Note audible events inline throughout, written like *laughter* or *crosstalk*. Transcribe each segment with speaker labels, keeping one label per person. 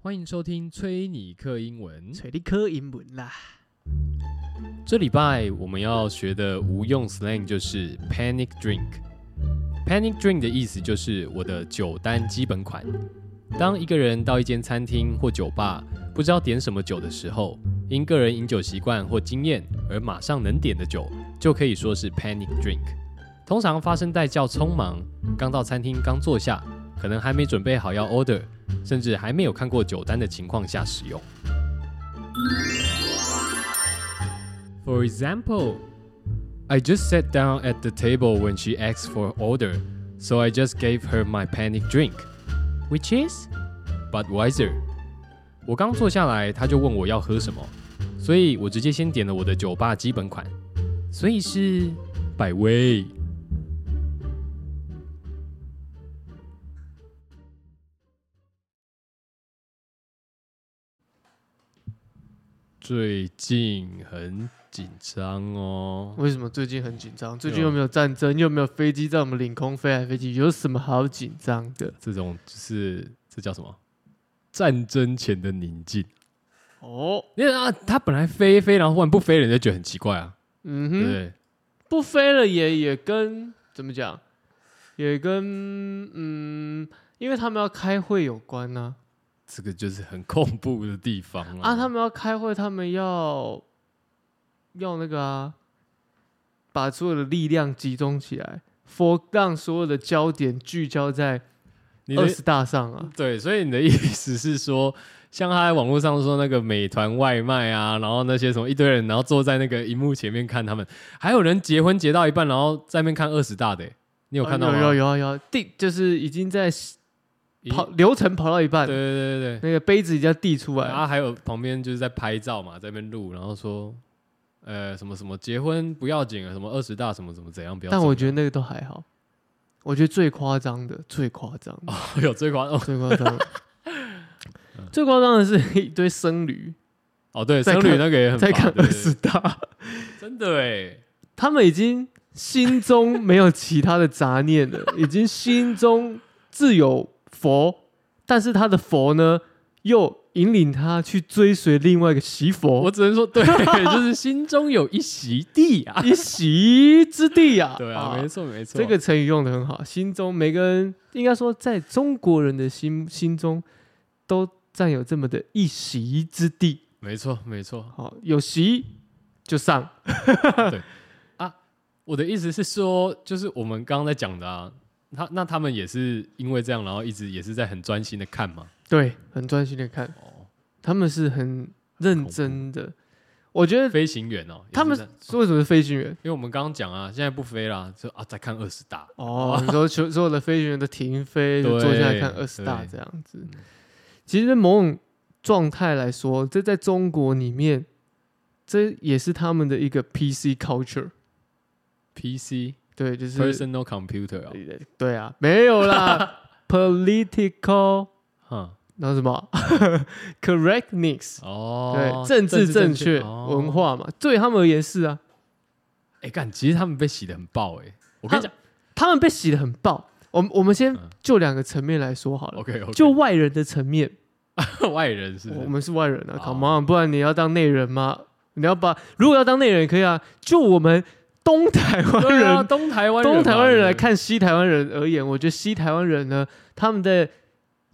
Speaker 1: 欢迎收听崔尼克英文。
Speaker 2: 找你考英文啦。
Speaker 1: 这礼拜我们要学的无用 slang 就是 panic drink。panic drink 的意思就是我的酒单基本款。当一个人到一间餐厅或酒吧，不知道点什么酒的时候，因个人饮酒习惯或经验而马上能点的酒，就可以说是 panic drink。通常发生在较匆忙，刚到餐厅刚坐下，可能还没准备好要 order，甚至还没有看过酒单的情况下使用。For example, I just sat down at the table when she asked for order, so I just gave her my panic drink, which is Budweiser. 我刚坐下来，她就问我要喝什么，所以我直接先点了我的酒吧基本款，所以是百威。最近很紧张哦。
Speaker 2: 为什么最近很紧张？最近
Speaker 1: 有
Speaker 2: 又没有战争，又没有飞机在我们领空飞来飞去，有什么好紧张的？
Speaker 1: 这种就是这叫什么？战争前的宁静。
Speaker 2: 哦，
Speaker 1: 因为啊，它本来飞一飞，然后忽然不飞了，人就觉得很奇怪啊，
Speaker 2: 嗯
Speaker 1: 对不
Speaker 2: 哼，
Speaker 1: 对？
Speaker 2: 不飞了也也跟怎么讲，也跟嗯，因为他们要开会有关呢、
Speaker 1: 这个就是很恐怖的地方
Speaker 2: 啊。他们要开会，他们要要那个啊，把所有的力量集中起来，for 让所有的焦点聚焦在
Speaker 1: 你的
Speaker 2: 二十大上啊。
Speaker 1: 对，所以你的意思是说，像他在网络上说那个美团外卖啊，然后那些什么一堆人，然后坐在那个荧幕前面看他们，还有人结婚结到一半，然后在那边看二十大的欸，你有
Speaker 2: 啊
Speaker 1: 看到吗？
Speaker 2: 有有有有，递就是已经在
Speaker 1: 已经
Speaker 2: 跑流程跑到一半
Speaker 1: 对，啊对对对
Speaker 2: 那个杯子已经要递出
Speaker 1: 对，
Speaker 2: 来
Speaker 1: 然
Speaker 2: 了。
Speaker 1: 后还有旁边就是在拍照嘛，在那边录，然后说，呃，什么什么结婚不要紧啊，什么二十大什么怎么怎样不要紧，啊
Speaker 2: 但我觉得那个都还好，我觉得最夸张的，最夸张的，
Speaker 1: 得 *laughs* 有最夸哦嗯
Speaker 2: 最夸
Speaker 1: *laughs*
Speaker 2: 张的最夸张的是一堆僧侣
Speaker 1: 哦，对，
Speaker 2: 在
Speaker 1: 僧
Speaker 2: 看
Speaker 1: 侣那个也很
Speaker 2: 在
Speaker 1: 烦
Speaker 2: 看
Speaker 1: 对
Speaker 2: 二
Speaker 1: 对对
Speaker 2: 十大，
Speaker 1: 真的哎，
Speaker 2: 他们已经心中没有其他的杂
Speaker 1: *laughs*
Speaker 2: 念了，已经心中自有佛，但是他的佛呢，又引领他去追随另外一个习佛。
Speaker 1: 我只能说，对， *laughs* 就是心中有一席地啊，
Speaker 2: 一席之地啊！
Speaker 1: *laughs* 对啊，没错没错，
Speaker 2: 这个成语用的很好。心中每个人应该说，在中国人的心心中都占有这么的一席之地。
Speaker 1: 没错没错。
Speaker 2: 好，有席就上。
Speaker 1: 我的意思是说，就是我们刚刚在讲的啊，他那他们也是因为这样，然后一直也是在很专心的看嘛。
Speaker 2: 对，很专心的看，
Speaker 1: 哦，
Speaker 2: 他们是很认真的。我觉得
Speaker 1: 飞行员哦，也是
Speaker 2: 他们
Speaker 1: 在
Speaker 2: 为什么是飞行员？
Speaker 1: 因为我们刚刚讲啊，现在不飞啦，就啊在看二十大。*laughs*
Speaker 2: 哦，你说所所有的飞行员都停飞，就
Speaker 1: 对
Speaker 2: 坐下来看二十大
Speaker 1: 对嗯
Speaker 2: 这样子。其实某种状态来说，这在中国里面，这也是他们的一个 PC culture。
Speaker 1: PC
Speaker 2: 对，就是
Speaker 1: personal computer 啊，
Speaker 2: 对啊，没
Speaker 1: *laughs*
Speaker 2: 有啦，political，
Speaker 1: 哈
Speaker 2: 然后
Speaker 1: *laughs*
Speaker 2: 什么 correctness，
Speaker 1: 哦
Speaker 2: 对，，政治正确
Speaker 1: 哦
Speaker 2: 文化嘛，对他们而言是啊，
Speaker 1: 哎干，其实他们被洗的很爆哎，我跟你讲
Speaker 2: 他们被洗的很爆。我们我们先
Speaker 1: 嗯哦
Speaker 2: 就两个层面来说好了，
Speaker 1: ，OK OK，
Speaker 2: 就外人的层面，
Speaker 1: *laughs* 外人是不
Speaker 2: 我
Speaker 1: 是
Speaker 2: 们是外人啊
Speaker 1: 哦
Speaker 2: ，Come on，不然你要当内人吗？你要把如果要当内人也可以啊，就我们东台湾
Speaker 1: 对啊，
Speaker 2: 人、
Speaker 1: 东台湾人嘛
Speaker 2: 东台湾人来
Speaker 1: 对
Speaker 2: 看西台湾人而言，我觉得西台湾人呢，他们的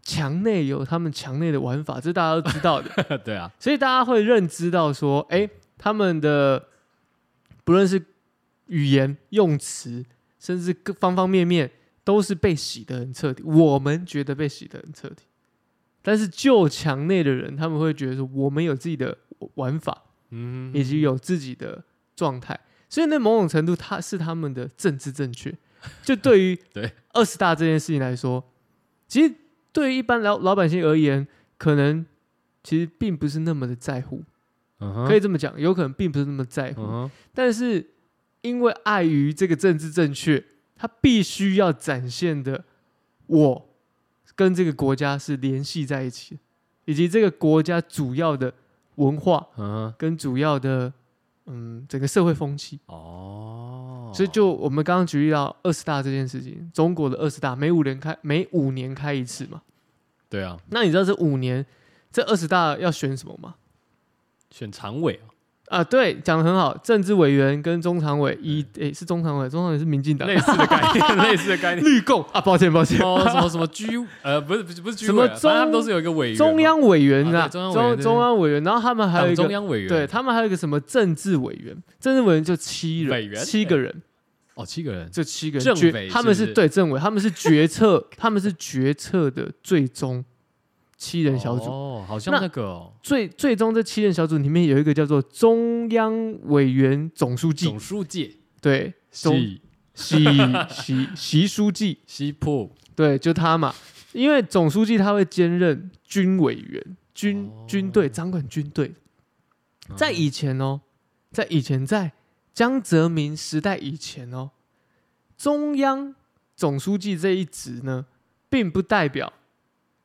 Speaker 2: 墙内有他们墙内的玩法，这大家都知道的，
Speaker 1: 不对 *laughs* 对啊，
Speaker 2: 所以大家会认知到说，哎、他们的不论是语言用词，甚至各方方面面，都是被洗得很彻底。我们觉得被洗得很彻底，但是就墙内的人，他们会觉得说，我们有自己的玩法，
Speaker 1: 嗯
Speaker 2: 以及有自己的状态，所以那某种程度，他是他们的政治正确。就对于
Speaker 1: *laughs* 对
Speaker 2: 二十大这件事情来说，其实对于一般老老百姓而言，可能其实并不是那么的在乎，
Speaker 1: 嗯哼
Speaker 2: 可以这么讲，有可能并不是那么在乎。
Speaker 1: 嗯哼
Speaker 2: 但是因为碍于这个政治正确，他必须要展现的我跟这个国家是联系在一起的，以及这个国家主要的文化
Speaker 1: 嗯哼，
Speaker 2: 跟主要的嗯整个社会风气。
Speaker 1: 哦，
Speaker 2: 所以就我们刚刚举例到二十大这件事情，中国的二十大每五年开每五年开一次嘛。
Speaker 1: 对啊，
Speaker 2: 那你知道这五年这二十大要选什么吗？
Speaker 1: 选常委啊，
Speaker 2: 啊，对，讲的很好，政治委员跟中常委一，
Speaker 1: 嗯
Speaker 2: 诶，是中常委，中常委是民进党
Speaker 1: 类似的概
Speaker 2: *laughs*
Speaker 1: 念，类似的概念。
Speaker 2: 绿共啊，抱歉抱歉，
Speaker 1: 哦，什么什么居呃，不是不是不是居
Speaker 2: 什么
Speaker 1: 委啊，反正他们
Speaker 2: 中
Speaker 1: 都是有一个委员嘛，
Speaker 2: 中央委员
Speaker 1: 啊
Speaker 2: 啊，
Speaker 1: 对中央委员对
Speaker 2: 中
Speaker 1: 对
Speaker 2: 中央委员，然后他们还有
Speaker 1: 党
Speaker 2: 一
Speaker 1: 中
Speaker 2: 个，
Speaker 1: 央委员，
Speaker 2: 对他们还有一个什么政治委员，政治委员就七
Speaker 1: 委
Speaker 2: 人，
Speaker 1: 员
Speaker 2: 七个人，
Speaker 1: 哦，七个人，
Speaker 2: 这七个人
Speaker 1: 政
Speaker 2: 决
Speaker 1: 委，
Speaker 2: 他们
Speaker 1: 是不
Speaker 2: 是
Speaker 1: 是
Speaker 2: 对政委，他们是决策，他们是决策的最终七人小组，
Speaker 1: 哦，好像
Speaker 2: 那
Speaker 1: 那个哦
Speaker 2: 最最终这七人小组里面有一个叫做中央委员总书记
Speaker 1: 总，书记
Speaker 2: 对，总
Speaker 1: 系
Speaker 2: 习习习书记，
Speaker 1: 西铺
Speaker 2: 对，就他嘛，因为总书记他会兼任军委员，军、
Speaker 1: 哦嗯
Speaker 2: 军队掌管军队，在以前哦，在以前在江泽民时代以前哦，中央总书记这一职呢，并不代表，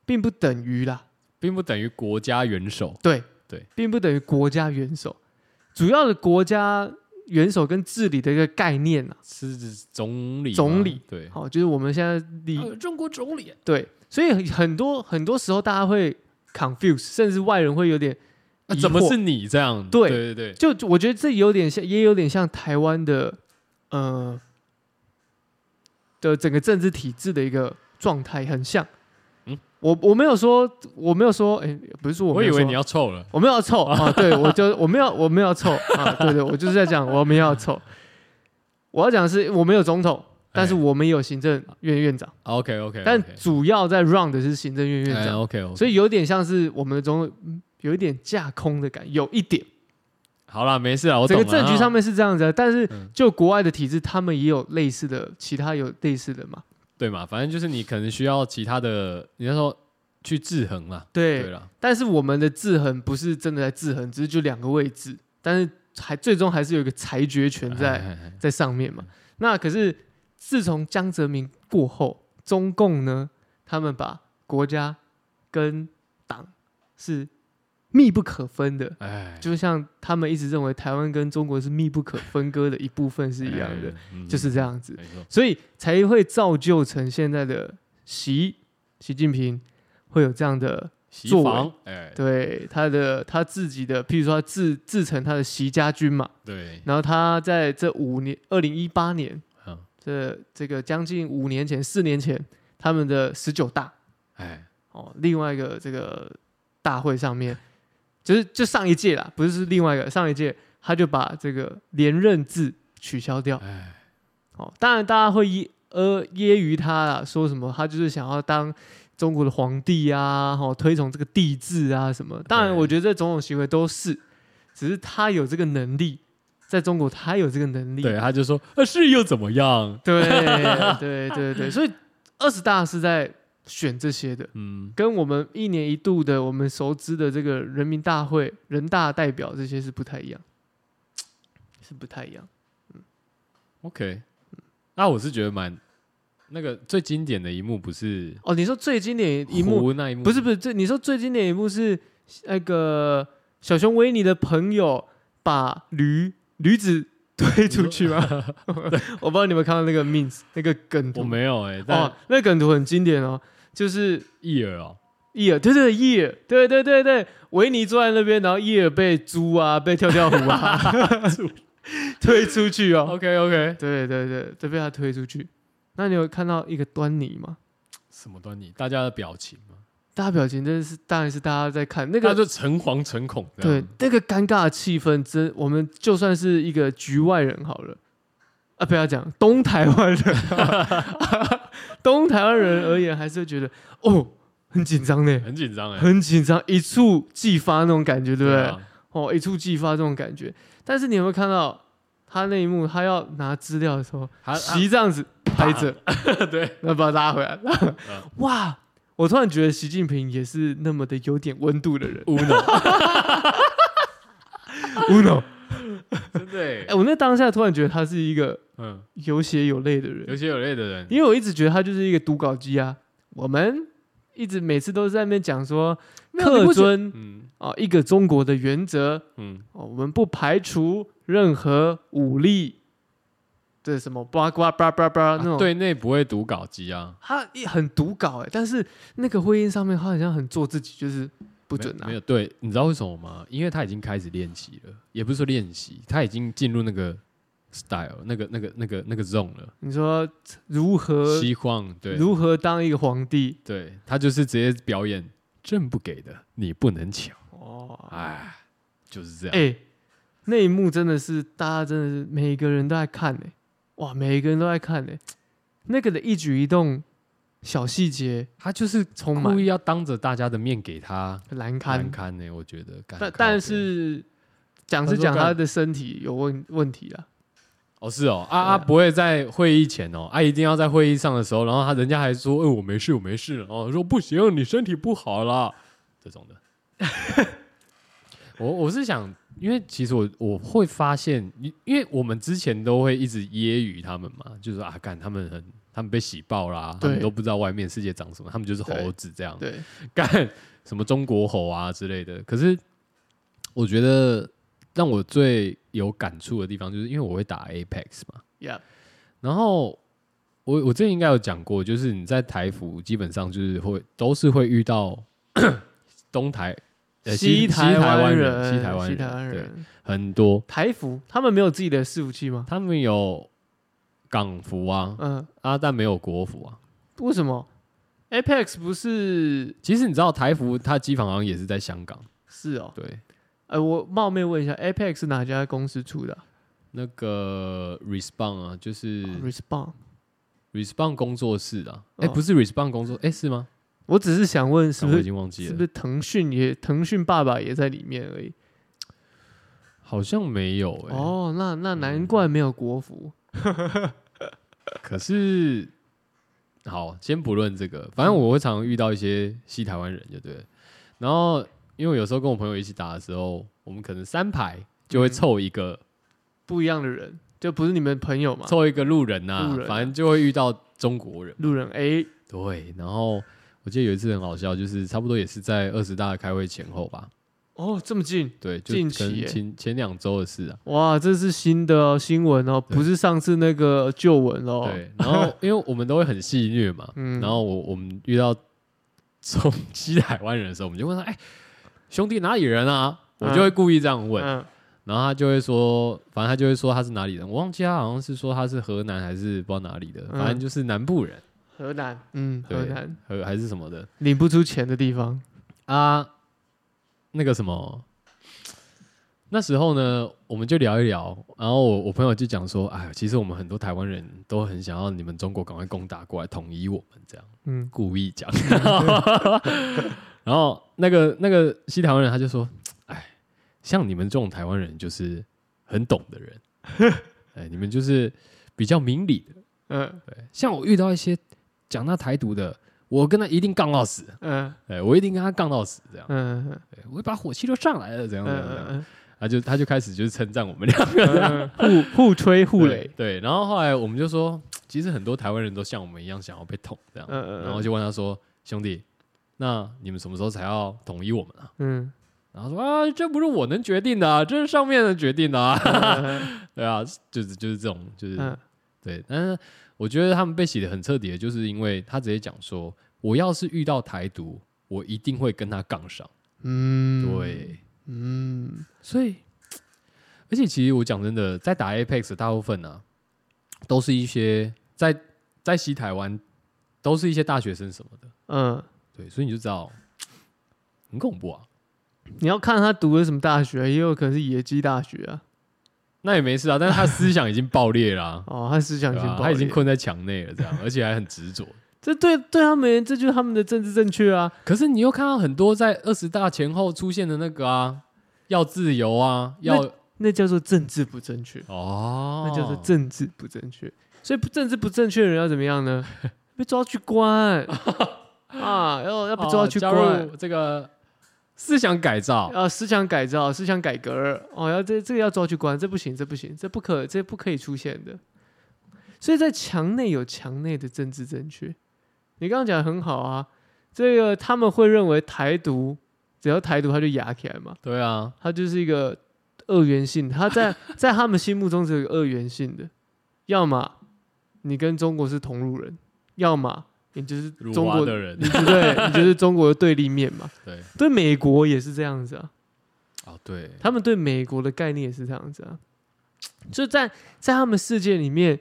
Speaker 2: 并不等于啦，
Speaker 1: 并不等于国家元首，
Speaker 2: 对
Speaker 1: 对，
Speaker 2: 并不等于国家元首，主要的国家元首跟治理的一个概念啊，
Speaker 1: 是指总理吗，
Speaker 2: 总理
Speaker 1: 对，
Speaker 2: 好、就是我们现在理
Speaker 1: 啊中国总理，
Speaker 2: 对，所以很很多很多时候大家会 confuse，甚至外人会有点
Speaker 1: 啊
Speaker 2: 疑
Speaker 1: 怎么
Speaker 2: 惑
Speaker 1: 是你这样？
Speaker 2: 对
Speaker 1: 对对对，
Speaker 2: 就就我觉得这有点像，也有点像台湾的呃的整个政治体制的一个状态很像。
Speaker 1: 嗯
Speaker 2: 我我没有说，我没有说，哎、不是说我
Speaker 1: 我
Speaker 2: 没
Speaker 1: 以
Speaker 2: 有
Speaker 1: 为
Speaker 2: 说
Speaker 1: 你要臭了，
Speaker 2: 我没有要凑啊，对我就我没有我没有要凑啊，对对，我就是在讲我没有要凑。我要讲的是我们有总统，但是
Speaker 1: 哎
Speaker 2: 我们也有行政院院长，
Speaker 1: OK OK，
Speaker 2: 但主要在 run 的是行政院院长。
Speaker 1: OK OK，
Speaker 2: 所以有点像是我们的总嗯有一点架空的感觉，有一点。
Speaker 1: 好啦，没事啦，我
Speaker 2: 整
Speaker 1: 懂
Speaker 2: 个
Speaker 1: 了。
Speaker 2: 政局上
Speaker 1: 啊
Speaker 2: 面是这样子啊，但是
Speaker 1: 嗯
Speaker 2: 就国外的体制，他们也有类似的，其他有类似的嘛。
Speaker 1: 对嘛，反正就是你可能需要其他的，你那时候去制衡嘛，
Speaker 2: 对，
Speaker 1: 对啦，
Speaker 2: 但是我们的制衡不是真的在制衡，只是就两个位置，但是还最终还是有一个裁决权在
Speaker 1: 哎哎哎
Speaker 2: 在上面嘛。那可是自从江泽民过后，中共呢，他们把国家跟党是密不可分的，
Speaker 1: 哎，
Speaker 2: 就像他们一直认为台湾跟中国是密不可分割的一部分是一样的，
Speaker 1: 嗯，
Speaker 2: 就是这样子，
Speaker 1: 没错，
Speaker 2: 所以才会造就成现在的习习近平会有这样的
Speaker 1: 习
Speaker 2: 作为
Speaker 1: 房，哎，
Speaker 2: 对他的他自己的，譬如说他自自成他的习家军嘛，
Speaker 1: 对，
Speaker 2: 然后他在这五年，二零一八年
Speaker 1: 嗯，
Speaker 2: 这这个将近五年前，四年前他们的十九大
Speaker 1: 哎，
Speaker 2: 哦，另外一个这个大会上面，就是就上一届啦，不是是另外一个上一届，他就把这个连任制取消掉。
Speaker 1: 哎，
Speaker 2: 哦，当然大家会揶呃揶揄他啦，说什么他就是想要当中国的皇帝啊，哦推崇这个帝制啊什么。当然，
Speaker 1: 对
Speaker 2: 我觉得这种种行为都是，只是他有这个能力，在中国他有这个能力。
Speaker 1: 对，他就说，呃，是又怎么样？
Speaker 2: 对对对对，所以二十大是在选这些的。
Speaker 1: 嗯，
Speaker 2: 跟我们一年一度的我们熟知的这个人民大会、人大代表这些是不太一样，是不太一样。
Speaker 1: OK，那我是觉得蛮那个最经典的一幕不是
Speaker 2: 哦，你说最经典一幕
Speaker 1: 湖那一幕，
Speaker 2: 不是不是，最你说最经典一幕是那个小熊维尼的朋友把驴驴子推出去 *laughs* 吗？我不知道你们看到那个 memes 那个梗
Speaker 1: 我
Speaker 2: 图
Speaker 1: 没有哎，
Speaker 2: 哦
Speaker 1: 但，
Speaker 2: 那个梗图很经典哦，就是
Speaker 1: 一耳哦，
Speaker 2: 伊尔，对对伊尔，对对对对，维尼坐在那边，然后伊尔被猪啊，被跳跳虎 *laughs* 啊推出去哦，
Speaker 1: OK OK，
Speaker 2: 对对对，都被他推出去。那你有看到一个端倪吗？
Speaker 1: 什么端倪？大家的表情嘛，
Speaker 2: 大家表情真的是，当然是大家在看那
Speaker 1: 那
Speaker 2: 个
Speaker 1: 就诚惶诚恐这
Speaker 2: 对啊
Speaker 1: 样，，
Speaker 2: 那个尴尬的气氛真，我们就算是一个局外人好了，啊，不要讲东台湾人， *laughs* 东台湾人而言，还是会觉得哦，很紧张呢，
Speaker 1: 很紧张哎，
Speaker 2: 很紧张，一触即发那种感 *laughs* 觉，对不对？
Speaker 1: 啊？
Speaker 2: 哦，一触即发这种感觉。但是你有没有看到他那一幕，他要拿资料的时候，
Speaker 1: 他他
Speaker 2: 习这样子拍着，
Speaker 1: *laughs* 对，
Speaker 2: 那把他拉回来，拉回来
Speaker 1: 嗯
Speaker 2: *laughs* 哇！我突然觉得习近平也是那么的有点温度的人
Speaker 1: Uno，
Speaker 2: *laughs* ，Uno。
Speaker 1: 真的欸
Speaker 2: 哎、，我那当下突然觉得他是一个
Speaker 1: 嗯，
Speaker 2: 有血有泪的
Speaker 1: 有
Speaker 2: 人，
Speaker 1: 血有泪的人，
Speaker 2: 因为我一直觉得他就是一个读稿机啊。我们一直每次都在那边讲说，恪遵
Speaker 1: 嗯
Speaker 2: 啊一个中国的原则
Speaker 1: 嗯，
Speaker 2: 哦，我们不排除任何武力，这什么叭叭叭叭叭那种。
Speaker 1: 啊对内不会读稿机啊，
Speaker 2: 欸他一很读稿哎，但是那个会议上面他好像很做自己，就是不准拿
Speaker 1: 没有没。有对，你知道为什么吗？因为他已经开始练习了，也不是说练习，他已经进入那个 style 那个那个那个那个 zone 了。
Speaker 2: 你说如何
Speaker 1: 希望对
Speaker 2: 如何当一个皇帝？
Speaker 1: 对，他就是直接表演，朕不给的你不能抢，
Speaker 2: 哦，
Speaker 1: 哎，就是这样。
Speaker 2: 哎、那一幕真的是大家真的是每个人都在看呢、哇，每个人都在看呢、那个的一举一动、小细节
Speaker 1: 他就是
Speaker 2: 充
Speaker 1: 故
Speaker 2: 满
Speaker 1: 意要当着大家的面给他
Speaker 2: 难堪
Speaker 1: 难，堪呢、我觉得。干
Speaker 2: 但
Speaker 1: 靠
Speaker 2: 但
Speaker 1: 背
Speaker 2: 是讲
Speaker 1: 他
Speaker 2: 是
Speaker 1: 说
Speaker 2: 讲
Speaker 1: 干
Speaker 2: 他的身体有问问题啦，
Speaker 1: 哦是哦，啊
Speaker 2: 对啊
Speaker 1: 啊不会在会议前哦，啊一定要在会议上的时候，然后他人家还说，哎、我没事我没事，哦说不行你身体不好啦，这种的。 *laughs* 我我是想，因为其实我我会发现，因因为我们之前都会一直揶揄他们嘛，就是说啊，干他们很，他们被洗爆啦，他们
Speaker 2: 对
Speaker 1: 都不知道外面世界长什么，他们就是猴子这样。
Speaker 2: 对，
Speaker 1: *laughs* 干什么中国猴啊之类的。可是我觉得让我最有感触的地方，就是因为我会打 Apex 嘛，
Speaker 2: 呀、
Speaker 1: 然后我我之前应该有讲过，就是你在台服基本上就是会都是会遇到 *coughs* 东台。呃西
Speaker 2: 台
Speaker 1: 湾
Speaker 2: 人，
Speaker 1: 西台湾
Speaker 2: 西台湾
Speaker 1: 对，
Speaker 2: 人，
Speaker 1: 很多，
Speaker 2: 台服他们没有自己的伺服器吗？
Speaker 1: 他们有港服啊，
Speaker 2: 嗯，
Speaker 1: 啊，但没有国服啊。
Speaker 2: 为什么？Apex 不是
Speaker 1: 其实你知道台服它机房好像也是在香港，
Speaker 2: 是哦？
Speaker 1: 对，
Speaker 2: 呃，我冒昧问一下，Apex 是哪家公司出的啊、
Speaker 1: 那个 Respawn 啊，就是
Speaker 2: 哦 Respawn，
Speaker 1: Respawn 工作室啊，哎、
Speaker 2: 哦
Speaker 1: 不是 Respawn 工作，哎、是吗？
Speaker 2: 我只是想问，是
Speaker 1: 但
Speaker 2: 不
Speaker 1: 我已
Speaker 2: 是
Speaker 1: 经忘记
Speaker 2: 是
Speaker 1: 了，
Speaker 2: 不是腾讯也腾讯爸爸也在里面而已？
Speaker 1: 好像没有哎、
Speaker 2: 哦，那那
Speaker 1: 嗯
Speaker 2: 难怪没有国服。
Speaker 1: 可是好，先不论这个，
Speaker 2: 嗯
Speaker 1: 反正我会常常遇到一些西台湾人，就对了。然后因为我有时候跟我朋友一起打的时候，我们可能三排就会凑一个、
Speaker 2: 嗯不一样的人，就不是你们朋友嘛？
Speaker 1: 凑一个路人呐、
Speaker 2: 路人啊
Speaker 1: 反正就会遇到中国人。
Speaker 2: 路人 A
Speaker 1: 对，然后我记得有一次很好笑，就是差不多也是在二十大开会前后吧，
Speaker 2: 哦，这么近
Speaker 1: 对，就
Speaker 2: 近
Speaker 1: 跟
Speaker 2: 期耶
Speaker 1: 前前两周的事啊。
Speaker 2: 哇，这是新的哦新闻哦，
Speaker 1: 对
Speaker 2: 不是上次那个旧闻哦。
Speaker 1: 对，然后因为我们都会很戏谑嘛，
Speaker 2: 嗯
Speaker 1: 然后我我们遇到从 *laughs* 西台湾人的时候，我们就问他：“哎、兄弟哪里人啊？”我就会故意这样问，
Speaker 2: 嗯，
Speaker 1: 然后他就会说，反正他就会说他是哪里人，我忘记他好像是说他是河南还是不知道哪里的，
Speaker 2: 嗯
Speaker 1: 反正就是南部人，
Speaker 2: 河南，嗯，河
Speaker 1: 对
Speaker 2: 南
Speaker 1: 和还是什么的
Speaker 2: 领不出钱的地方，
Speaker 1: 啊。那个什么，那时候呢，我们就聊一聊，然后我我朋友就讲说：“哎，其实我们很多台湾人都很想要你们中国赶快攻打过来，统一我们这样。”
Speaker 2: 嗯，
Speaker 1: 故意讲。 *laughs* 然后那个那个西台湾人他就说：“哎，像你们这种台湾人就是很懂的人， *laughs* 哎，你们就是比较明理的。
Speaker 2: 嗯
Speaker 1: 对，像我遇到一些讲他台独的，我跟他一定杠到死，
Speaker 2: 嗯
Speaker 1: 哎，我一定跟他杠到死，这样，
Speaker 2: 嗯
Speaker 1: 对我会把火气都上来了，怎
Speaker 2: 嗯
Speaker 1: 样怎样怎样。
Speaker 2: 嗯
Speaker 1: 他就他就开始就是称赞我们两个这样。
Speaker 2: 嗯，嗯互互吹互
Speaker 1: *laughs* 对
Speaker 2: 擂，
Speaker 1: 对，然后后来我们就说，其实很多台湾人都像我们一样想要被捅这样，
Speaker 2: 嗯嗯嗯
Speaker 1: 然后就问他说，兄弟，那你们什么时候才要统一我们啊？
Speaker 2: 嗯，
Speaker 1: 然后说啊，这不是我能决定的、啊，这是上面能决定的、啊， *laughs*
Speaker 2: 嗯
Speaker 1: 对啊，就是就是这种，就是、
Speaker 2: 嗯
Speaker 1: 对。但是我觉得他们被洗的很彻底，的就是因为他直接讲说，我要是遇到台独，我一定会跟他杠上。
Speaker 2: 嗯，
Speaker 1: 对，
Speaker 2: 嗯，
Speaker 1: 所以，而且其实我讲真的，在打 Apex 的大部分啊，都是一些在在西台湾，都是一些大学生什么的，
Speaker 2: 嗯，
Speaker 1: 对，所以你就知道很恐怖啊。
Speaker 2: 你要看他读的什么大学，也有可能是野鸡大学啊。
Speaker 1: 那也没事啊，但是他思想已经爆裂啦、
Speaker 2: 哦，他 *laughs* 思想
Speaker 1: 对
Speaker 2: 已
Speaker 1: 吧
Speaker 2: 经爆裂、
Speaker 1: 他已经困在墙内了，这样，而且还很执着。
Speaker 2: 这对对他们而言，这就是他们的政治正确啊。
Speaker 1: 可是你又看到很多在二十大前后出现的那个啊，要自由啊，要
Speaker 2: 那叫做政治不正确，
Speaker 1: 哦，
Speaker 2: 那叫做政治不正确。所以不政治不正确的人要怎么
Speaker 1: *laughs*
Speaker 2: 样呢？被抓去关啊，要要被抓
Speaker 1: 哦
Speaker 2: 去
Speaker 1: 加
Speaker 2: 关
Speaker 1: 入，这个思想改造。
Speaker 2: 啊，思想改造、思想改革，哦，要这这个要抓去关，这不行，这不行，这不可，这不可以出现的。所以在墙内有墙内的政治正确，你刚刚讲的很好啊。这个他们会认为台独，只要台独他就压起来嘛，
Speaker 1: 对啊，
Speaker 2: 他就是一个二元性，他在在他们心目中是有个二元性的，要么你跟中国是同路人，要么你就是
Speaker 1: 辱
Speaker 2: 中
Speaker 1: 华
Speaker 2: 国
Speaker 1: 的人
Speaker 2: 你就对，你就是中国的对立面嘛。
Speaker 1: 对，
Speaker 2: 对美国也是这样子啊，
Speaker 1: 哦对，
Speaker 2: 他们对美国的概念也是这样子啊。就在在他们世界里面，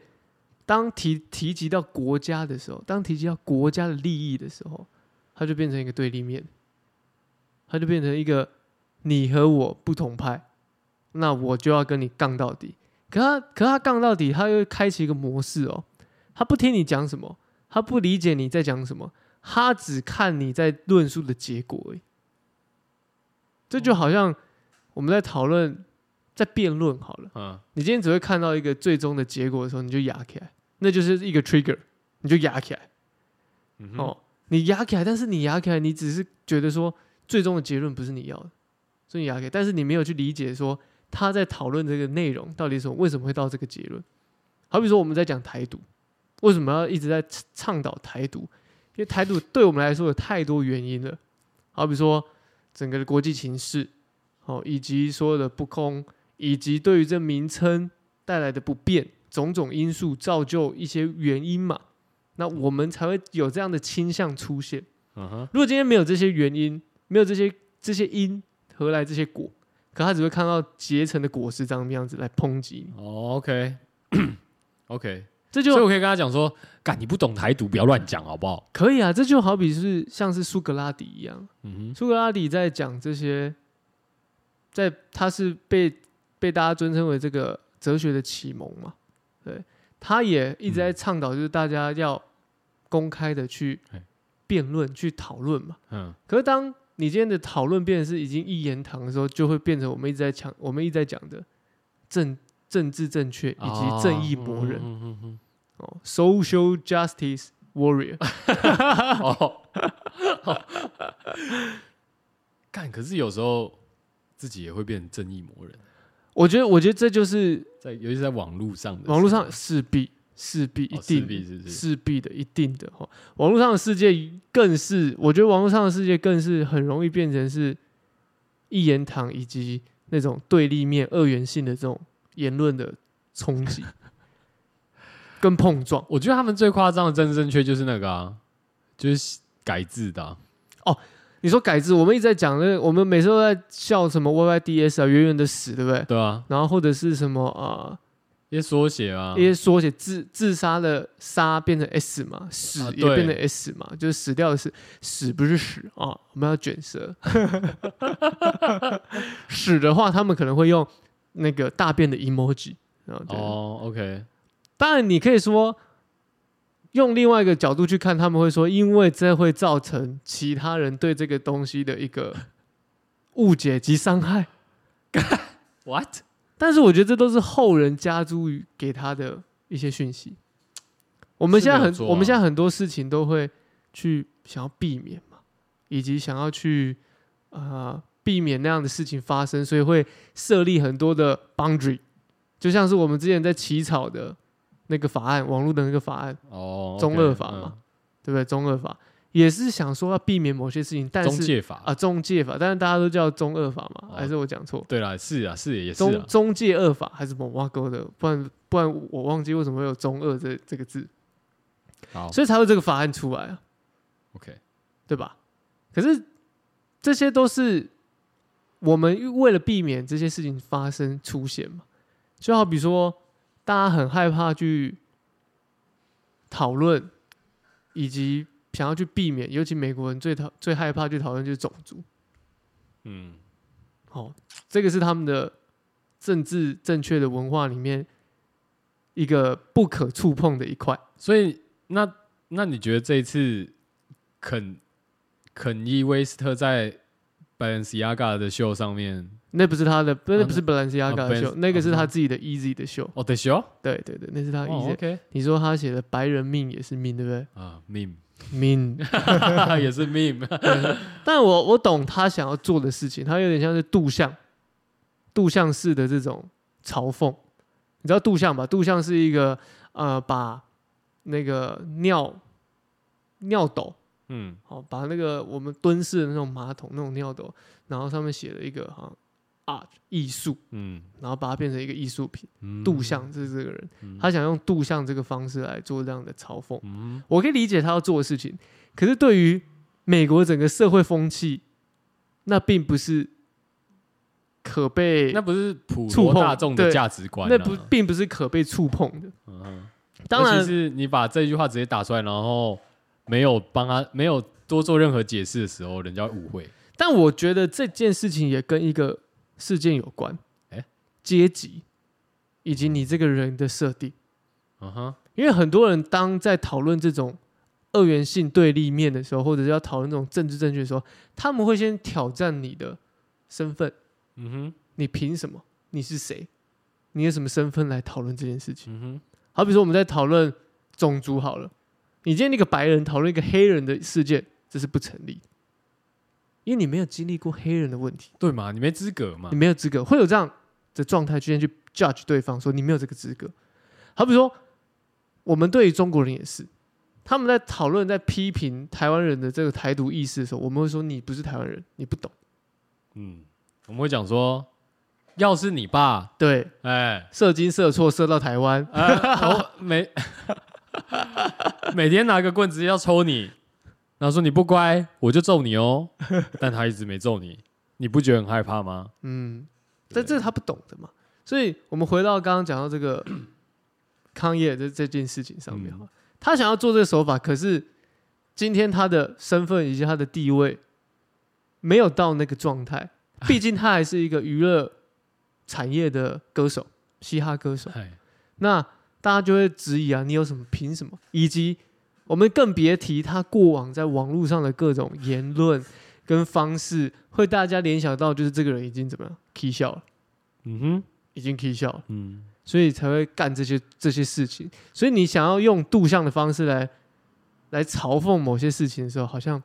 Speaker 2: 当提提及到国家的时候，当提及到国家的利益的时候，它就变成一个对立面，它就变成一个你和我不同派，那我就要跟你杠到底。可他可他杠到底，他又开启一个模式哦，他不听你讲什么，他不理解你在讲什么，他只看你在论述的结果而已。这就好像我们在讨论，在辩论好了。
Speaker 1: 嗯，
Speaker 2: 你今天只会看到一个最终的结果的时候，你就压起来，那就是一个 trigger，你就压起来。
Speaker 1: 嗯哼
Speaker 2: 哦，你压起来，但是你压起来，你只是觉得说最终的结论不是你要的，所以你压起来，但是你没有去理解说他在讨论这个内容到底是什么，为什么会到这个结论。好比说我们在讲台独，为什么要一直在倡倡导台独？因为台独对我们来说有太多原因了，好比说整个的国际情势，哦，以及所有的不公，以及对于这名称带来的不便，种种因素造就一些原因嘛，那我们才会有这样的倾向出现。
Speaker 1: 嗯哼，
Speaker 2: 如果今天没有这些原因，没有这些这些因，何来这些果？可他只会看到结成的果实长什么样子来抨击你，
Speaker 1: 哦 OK *coughs* ，OK，
Speaker 2: 这
Speaker 1: 所以
Speaker 2: 嗯就
Speaker 1: 我可以跟他讲说，干你不懂台独，不要乱讲好不好？
Speaker 2: 可以啊，这就好比是像是苏格拉底一样，
Speaker 1: 嗯
Speaker 2: 苏格拉底在讲这些，在他是被被大家尊称为这个哲学的启蒙嘛，对，他也一直
Speaker 1: 嗯
Speaker 2: 在倡导就是大家要公开的去
Speaker 1: 哎
Speaker 2: 辩论、去讨论嘛。
Speaker 1: 哼，嗯，
Speaker 2: 可是当你今天的讨论变成是已经一言堂的时候，就会变成我们一直在强，我们一直在讲的政政治正确以及正义魔人
Speaker 1: 哦嗯嗯
Speaker 2: 哦，social justice warrior，
Speaker 1: 嗯嗯哦，
Speaker 2: *laughs*
Speaker 1: *laughs* 干，可是有时候自己也会变成正义魔人，
Speaker 2: 我觉得我觉得这就是
Speaker 1: 在尤其是在网络上的时候，
Speaker 2: 网络上势必势必一
Speaker 1: 哦势
Speaker 2: 定
Speaker 1: 必是不是
Speaker 2: 势必的一定的哈、网络上的世界更是，我觉得网络上的世界更是很容易变成是一言堂以及那种对立面二元性的这种言论的冲击 *laughs* 跟碰撞
Speaker 1: 我觉得他们最夸张的政治正确就是那个啊，就是改制的啊、
Speaker 2: 你说改制，我们一直在讲那个，我们每次都在笑什么 YYDS 啊，远远的死，对不对？
Speaker 1: 对啊，
Speaker 2: 然后或者是什么啊、
Speaker 1: 一些缩写啊
Speaker 2: 一，些缩写自自杀的杀变成 S 嘛，死
Speaker 1: 啊
Speaker 2: 也变成
Speaker 1: 对
Speaker 2: S 嘛，就是死掉的死，死不是死啊，我们要卷舌。 *laughs* 死的话，他们可能会用那个大便的 emoji 啊。对
Speaker 1: 哦，OK，
Speaker 2: 当然你可以说用另外一个角度去看，他们会说，因为这会造成其他人对这个东西的一个误解及伤害。
Speaker 1: *laughs* What？
Speaker 2: 但是我觉得这都是后人加诸于给他的一些讯息。我们现在
Speaker 1: 是没
Speaker 2: 很
Speaker 1: 有、错啊
Speaker 2: 我们现在很多事情都会去想要避免嘛，以及想要去呃避免那样的事情发生，所以会设立很多的 boundary，就像是我们之前在起草的那个法案，网络的那个法案，
Speaker 1: 哦，OK，
Speaker 2: 中二法嘛对不对？中二法也是想说要避免某些事情，
Speaker 1: 嗯
Speaker 2: 但
Speaker 1: 中
Speaker 2: 是
Speaker 1: 介法
Speaker 2: 啊，中介法，但是大家都叫中二法嘛，
Speaker 1: 哦
Speaker 2: 还是我讲错？
Speaker 1: 对啦，是啊，是也是
Speaker 2: 中
Speaker 1: 啊，
Speaker 2: 中介二法还是某挖沟的，不然不然我忘记为什么会有中二这这个字，
Speaker 1: 好
Speaker 2: 所以才会这个法案出来啊，
Speaker 1: ，OK，
Speaker 2: 对吧？可是这些都是我们为了避免这些事情发生出现嘛，就好比说大家很害怕去讨论，以及想要去避免，尤其美国人最讨最害怕去讨论就是种族，
Speaker 1: 嗯，
Speaker 2: 哦，这个是他们的政治正确的文化里面一个不可触碰的一块。
Speaker 1: 所以那那你觉得这一次肯肯伊威斯特在 Balenciaga 的秀上面，
Speaker 2: 那不是他的，不那
Speaker 1: 啊
Speaker 2: 不是本兰西亚
Speaker 1: 啊
Speaker 2: 嘎的
Speaker 1: ，Balenciaga-
Speaker 2: 秀，那个是
Speaker 1: 哦
Speaker 2: 他自己的 Easy 的秀。
Speaker 1: 哦，对秀，
Speaker 2: 对对对，那是他
Speaker 1: 哦
Speaker 2: Easy。
Speaker 1: ，OK，
Speaker 2: 你说他写的“白人命也是命”，对不对
Speaker 1: *laughs* 啊，meme，
Speaker 2: 命。 *laughs*
Speaker 1: 也是 meme， *laughs*
Speaker 2: 但我我懂他想要做的事情，他有点像是杜象，杜象式的这种嘲讽。你知道杜象吧？杜象是一个呃，把那个尿尿斗
Speaker 1: 嗯，
Speaker 2: 哦，把那个我们蹲式的那种马桶那种尿斗，然后上面写了一个哈 art 艺术，
Speaker 1: 嗯
Speaker 2: 然后把它变成一个艺术品。
Speaker 1: 嗯
Speaker 2: 杜象这是这个人，
Speaker 1: 嗯
Speaker 2: 他想用杜象这个方式来做这样的嘲讽。
Speaker 1: 嗯
Speaker 2: 我可以理解他要做的事情，可是对于美国整个社会风气，那并不是可被
Speaker 1: 那不是普
Speaker 2: 触
Speaker 1: 罗
Speaker 2: 碰
Speaker 1: 大众的
Speaker 2: 对
Speaker 1: 价值观、啊，
Speaker 2: 那不并不是可被触碰的。
Speaker 1: 嗯，
Speaker 2: 当
Speaker 1: 尤
Speaker 2: 然
Speaker 1: 其是你把这句话直接打出来，然后没有帮他没有多做任何解释的时候，人家会误会。
Speaker 2: 但我觉得这件事情也跟一个事件有关，
Speaker 1: 诶
Speaker 2: 阶级以及你这个人的设定，
Speaker 1: 嗯哼，
Speaker 2: 因为很多人当在讨论这种二元性对立面的时候，或者是要讨论这种政治正确的时候，他们会先挑战你的身份，
Speaker 1: 嗯哼，
Speaker 2: 你凭什么？你是谁？你有什么身份来讨论这件事情？
Speaker 1: 嗯哼，
Speaker 2: 好比说我们在讨论种族好了，你今天一个白人讨论一个黑人的事件，这是不成立，因为你没有经历过黑人的问题。
Speaker 1: 对嘛，你没资格嘛
Speaker 2: 你。没有资格，会有这样的状态去先去 judge 对方，说你没有这个资格。好比说，我们对于中国人也是，他们在讨论、在批评台湾人的这个台独意识的时候，我们会说你不是台湾人，你不懂。
Speaker 1: 嗯，我们会讲说，要是你爸，
Speaker 2: 对，
Speaker 1: 哎、
Speaker 2: 射精射错，射到台湾，
Speaker 1: 啊，我每 *laughs* 每天拿个棍子要抽你，然后说你不乖，我就揍你哦。但他一直没揍你，你不觉得很害怕吗？
Speaker 2: 嗯，但这是他不懂的嘛。所以我们回到刚刚讲到这个康业这这件事情上面哈，他想要做这个手法，可是今天他的身份以及他的地位没有到那个状态，毕竟他还是一个娱乐产业的歌手，嘻哈歌手。
Speaker 1: 哎，
Speaker 2: 那大家就会质疑啊，你有什么凭什么？以及我们更别提他过往在网络上的各种言论跟方式，会大家联想到就是这个人已经怎么样 k 笑了，
Speaker 1: 嗯哼，
Speaker 2: 已经 k 笑了，
Speaker 1: 嗯
Speaker 2: 所以才会干这些这些事情。所以你想要用杜象的方式来来嘲讽某些事情的时候，好像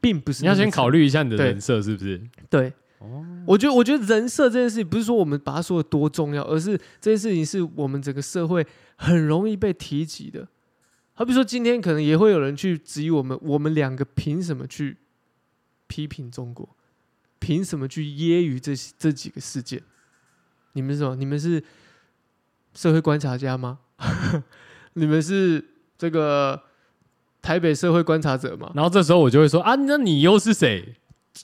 Speaker 2: 并不是
Speaker 1: 你要
Speaker 2: 那么
Speaker 1: 先考虑一下你的
Speaker 2: 对
Speaker 1: 人设是不是？
Speaker 2: 对。
Speaker 1: 哦
Speaker 2: 我觉得，我觉得人设这件事情不是说我们把它说的多重要，而是这件事情是我们整个社会很容易被提及的。好比说，今天可能也会有人去质疑我们，我们两个凭什么去批评中国？凭什么去揶揄这些这几个事件？你们是什么？你们是社会观察家吗？ *laughs* 你们是这个台北社会观察者吗？
Speaker 1: 然后这时候我就会说啊，那你又是谁？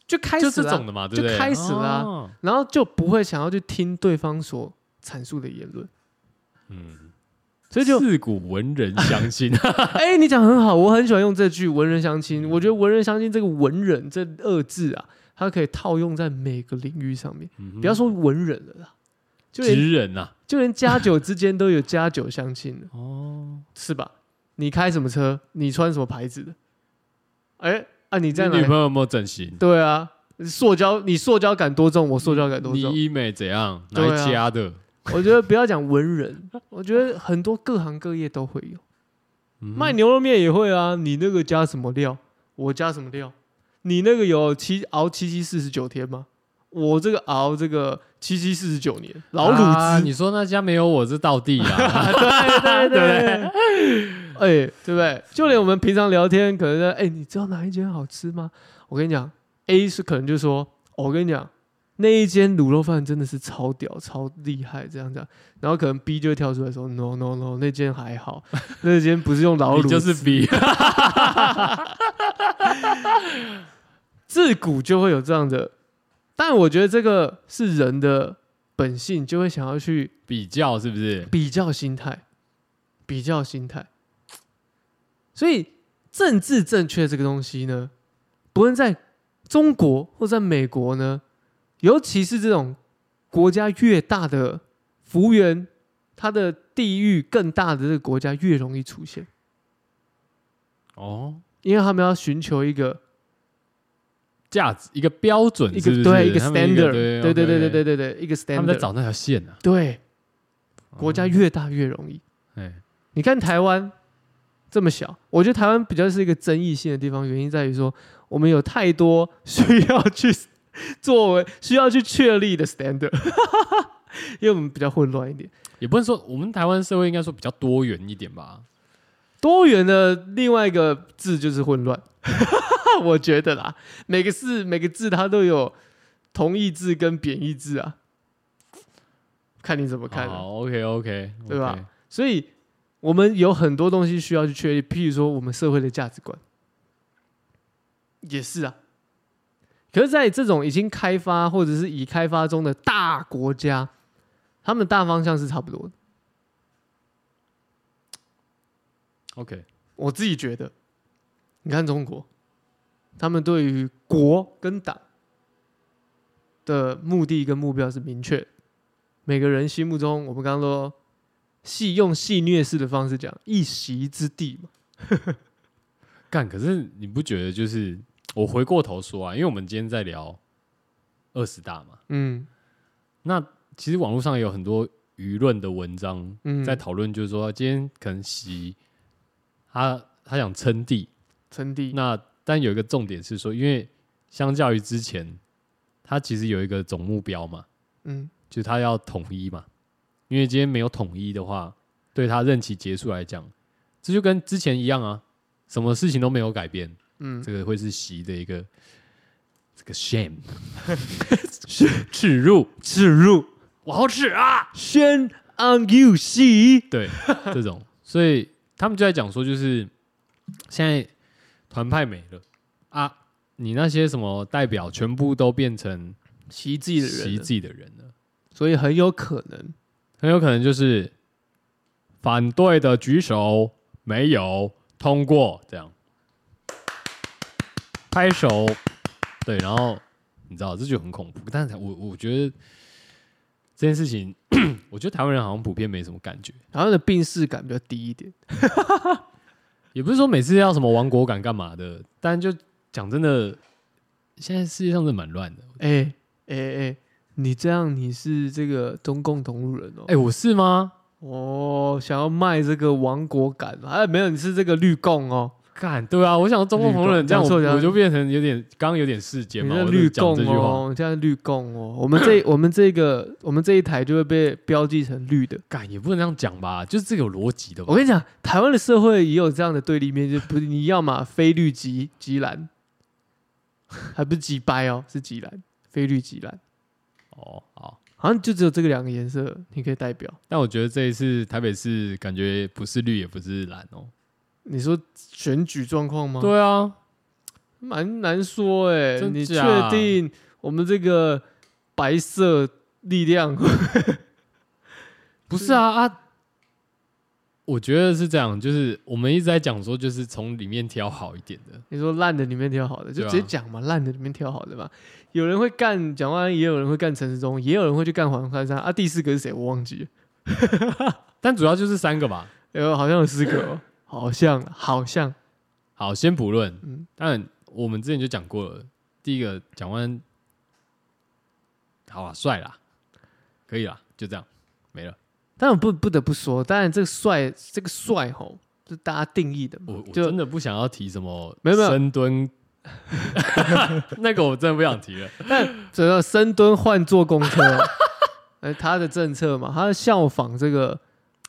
Speaker 2: 就开始啊
Speaker 1: 就
Speaker 2: 了
Speaker 1: 这种的嘛，对不对？
Speaker 2: 就开始了啊
Speaker 1: 哦
Speaker 2: 然后就不会想要去听对方所阐述的言论， *laughs*
Speaker 1: 嗯，
Speaker 2: 所以就
Speaker 1: 自古文人相 *laughs* 亲，
Speaker 2: 哎、你讲很好，我很喜欢用这句“文人相
Speaker 1: 嗯
Speaker 2: 亲”。我觉得“文人相亲”这个“文人”这二字啊，它可以套用在每个领域上面。不
Speaker 1: 不
Speaker 2: 要说文人了啦，就连
Speaker 1: 直人啊呐。
Speaker 2: 就连家酒之间都有家酒相亲了， *laughs*
Speaker 1: 哦，
Speaker 2: 是吧？你开什么车？你穿什么牌子的？哎、啊，你
Speaker 1: 你
Speaker 2: 在哪
Speaker 1: 女
Speaker 2: 里？
Speaker 1: 朋友有没有整形？
Speaker 2: 对啊，塑胶，你塑胶感多重？我塑胶感多重？
Speaker 1: 你医美怎样？哪
Speaker 2: 对啊
Speaker 1: 一家的？
Speaker 2: 我觉得不要讲文人，我觉得很多各行各业都会有。
Speaker 1: 嗯
Speaker 2: 卖牛肉面也会啊，你那个加什么料，我加什么料，你那个有七熬七七四十九天吗？我这个熬这个七七四十九年，老卤汁，
Speaker 1: 啊你说那家没有我这道地啊？*laughs* 对
Speaker 2: *laughs* 对对对，哎、对不对？就连我们平常聊天，可能在哎、你知道哪一间好吃吗？我跟你讲，A 是可能就说，哦我跟你讲，那一间卤肉饭真的是超屌、超厉害，这样讲。然后可能 B 就会跳出来说，no no no，那间还好，那间不是用老
Speaker 1: 你
Speaker 2: 卤汁，
Speaker 1: 就是比
Speaker 2: 自古就会有这样的，但我觉得这个是人的本性，就会想要去
Speaker 1: 比较是不是？
Speaker 2: 比较心态，比较心态。所以政治正确这个东西呢，不论在中国或在美国呢，尤其是这种国家越大的幅员，它的地域更大的这个国家越容易出现，
Speaker 1: 哦，
Speaker 2: 因为他们要寻求一个
Speaker 1: 价值一个标准
Speaker 2: 一
Speaker 1: 是不
Speaker 2: 个
Speaker 1: 是，
Speaker 2: 对一个
Speaker 1: 他们
Speaker 2: standard，
Speaker 1: 对
Speaker 2: 对对对对对
Speaker 1: 对，
Speaker 2: 对对，一个 standard，
Speaker 1: 他们在找那条线啊。
Speaker 2: 对国家
Speaker 1: 哦
Speaker 2: 越大越容易。
Speaker 1: 哎，
Speaker 2: 你看台湾这么小，我觉得台湾比较是一个争议性的地方，原因在于说我们有太多 *laughs* 需要去作为需要去确立的 standard，因为我们比较混乱一点。
Speaker 1: 也不能说我们台湾社会应该说比较多元一点吧。
Speaker 2: 多元的另外一个 *laughs* 字就是混乱，我觉得啦，每个字每个字它都有同义字跟贬义字啊，看你怎么看、啊。
Speaker 1: 好，OK OK，
Speaker 2: 对吧所以我们有很多东西需要去确立，譬如说我们社会的价值观，也是啊。可是，在这种已经开发或者是已开发中的大国家，他们的大方向是差不多的。
Speaker 1: ？OK，
Speaker 2: 我自己觉得，你看中国，他们对于国跟党的目的跟目标是明确的。每个人心目中，我们刚刚说戏用戏虐式的方式讲一席之地嘛，
Speaker 1: 干，可是你不觉得就是我回过头说啊，因为我们今天在聊二十大嘛，
Speaker 2: 嗯
Speaker 1: 那其实网络上有很多舆论的文章
Speaker 2: 嗯，
Speaker 1: 在讨论，就是说今天可能习他他想称帝，
Speaker 2: 称帝，
Speaker 1: 那但有一个重点是说，因为相较于之前，他其实有一个总目标嘛，
Speaker 2: 嗯
Speaker 1: 就是他要统一嘛。因为今天没有统一的话，对他任期结束来讲，这就跟之前一样啊，什么事情都没有改变，
Speaker 2: 嗯，
Speaker 1: 这个会是习的一个这个 shame，耻耻辱，
Speaker 2: 耻辱
Speaker 1: 我好耻啊！
Speaker 2: ，shame on you，习，
Speaker 1: 对，这种，所以他们就在讲说，就是现在团派没了啊，你那些什么代表全部都变成
Speaker 2: 习自己的
Speaker 1: 习
Speaker 2: 人
Speaker 1: 自，己的人了，
Speaker 2: 所以很有可能，
Speaker 1: 很有可能就是反对的举手，没有通过这样，拍手，对，然后你知道这就很恐怖，但是我我觉得这件事情， *clears throat* 我觉得台湾人好像普遍没什么感觉。
Speaker 2: 然后的病视感比较低一点，
Speaker 1: 也不是说每次要什么亡国感干嘛的，但就讲真的，现在世界上真的蛮乱的。
Speaker 2: 哎哎哎，你这样你是这个中共同路人哦
Speaker 1: 哎、，我是吗？
Speaker 2: 哦，想要卖这个亡国感嘛，哎，没有，你是这个绿共哦，
Speaker 1: 干对啊，我想中共同人
Speaker 2: 绿共
Speaker 1: 这样
Speaker 2: 讲错
Speaker 1: 我，
Speaker 2: 讲
Speaker 1: 我就变成有点刚刚有点世间
Speaker 2: 你
Speaker 1: 嘛，
Speaker 2: 这
Speaker 1: 我
Speaker 2: 绿
Speaker 1: 就
Speaker 2: 共
Speaker 1: 讲这句话，
Speaker 2: 哦，这样绿共哦，我们这我们这个我们这一台就会被标记成绿的。
Speaker 1: 干也不能这样讲吧，就是这个有逻辑的吧
Speaker 2: 我。跟你讲，台湾的社会也有这样的对立面，就不是你要嘛非绿即即蓝， *laughs* 还不是极白哦，是极蓝，非绿即蓝，
Speaker 1: 哦，好，
Speaker 2: 好像就只有这个两个颜色你可以代表。
Speaker 1: 但我觉得这一次台北市感觉不是绿也不是蓝哦。
Speaker 2: 你说选举状况吗？，
Speaker 1: 对啊，
Speaker 2: 蛮难说哎、
Speaker 1: 真
Speaker 2: 你确
Speaker 1: 假
Speaker 2: 定我们这个白色力量？ *laughs*
Speaker 1: 不是啊啊，我觉得是这样，就是我们一直在讲说，就是从里面挑好一点的。
Speaker 2: 你说烂的里面挑好的，就
Speaker 1: 对啊
Speaker 2: 直接讲嘛，烂的里面挑好的嘛。有人会干蒋万安，也有人会干陈世忠，也有人会去干黄珊珊啊。第四个是谁？我忘记了，
Speaker 1: 但主要就是三个吧，
Speaker 2: 有好像有
Speaker 1: *laughs*
Speaker 2: 四个、哦，好像好像
Speaker 1: 好，先不论，
Speaker 2: 嗯
Speaker 1: 当然我们之前就讲过了，第一个蒋万安，好啊，帅啦，可以啦，就这样，没了。
Speaker 2: 当然不不得不说，当然这个帅，这个帅吼是大家定义的嘛，
Speaker 1: 我我
Speaker 2: 嗯就
Speaker 1: 真的不想要提什么
Speaker 2: 没有没有
Speaker 1: 深蹲， *laughs* 那个我真的不想提了。
Speaker 2: 这个深蹲换坐公车，
Speaker 1: *laughs*
Speaker 2: 呃，他的政策嘛，他效仿这个，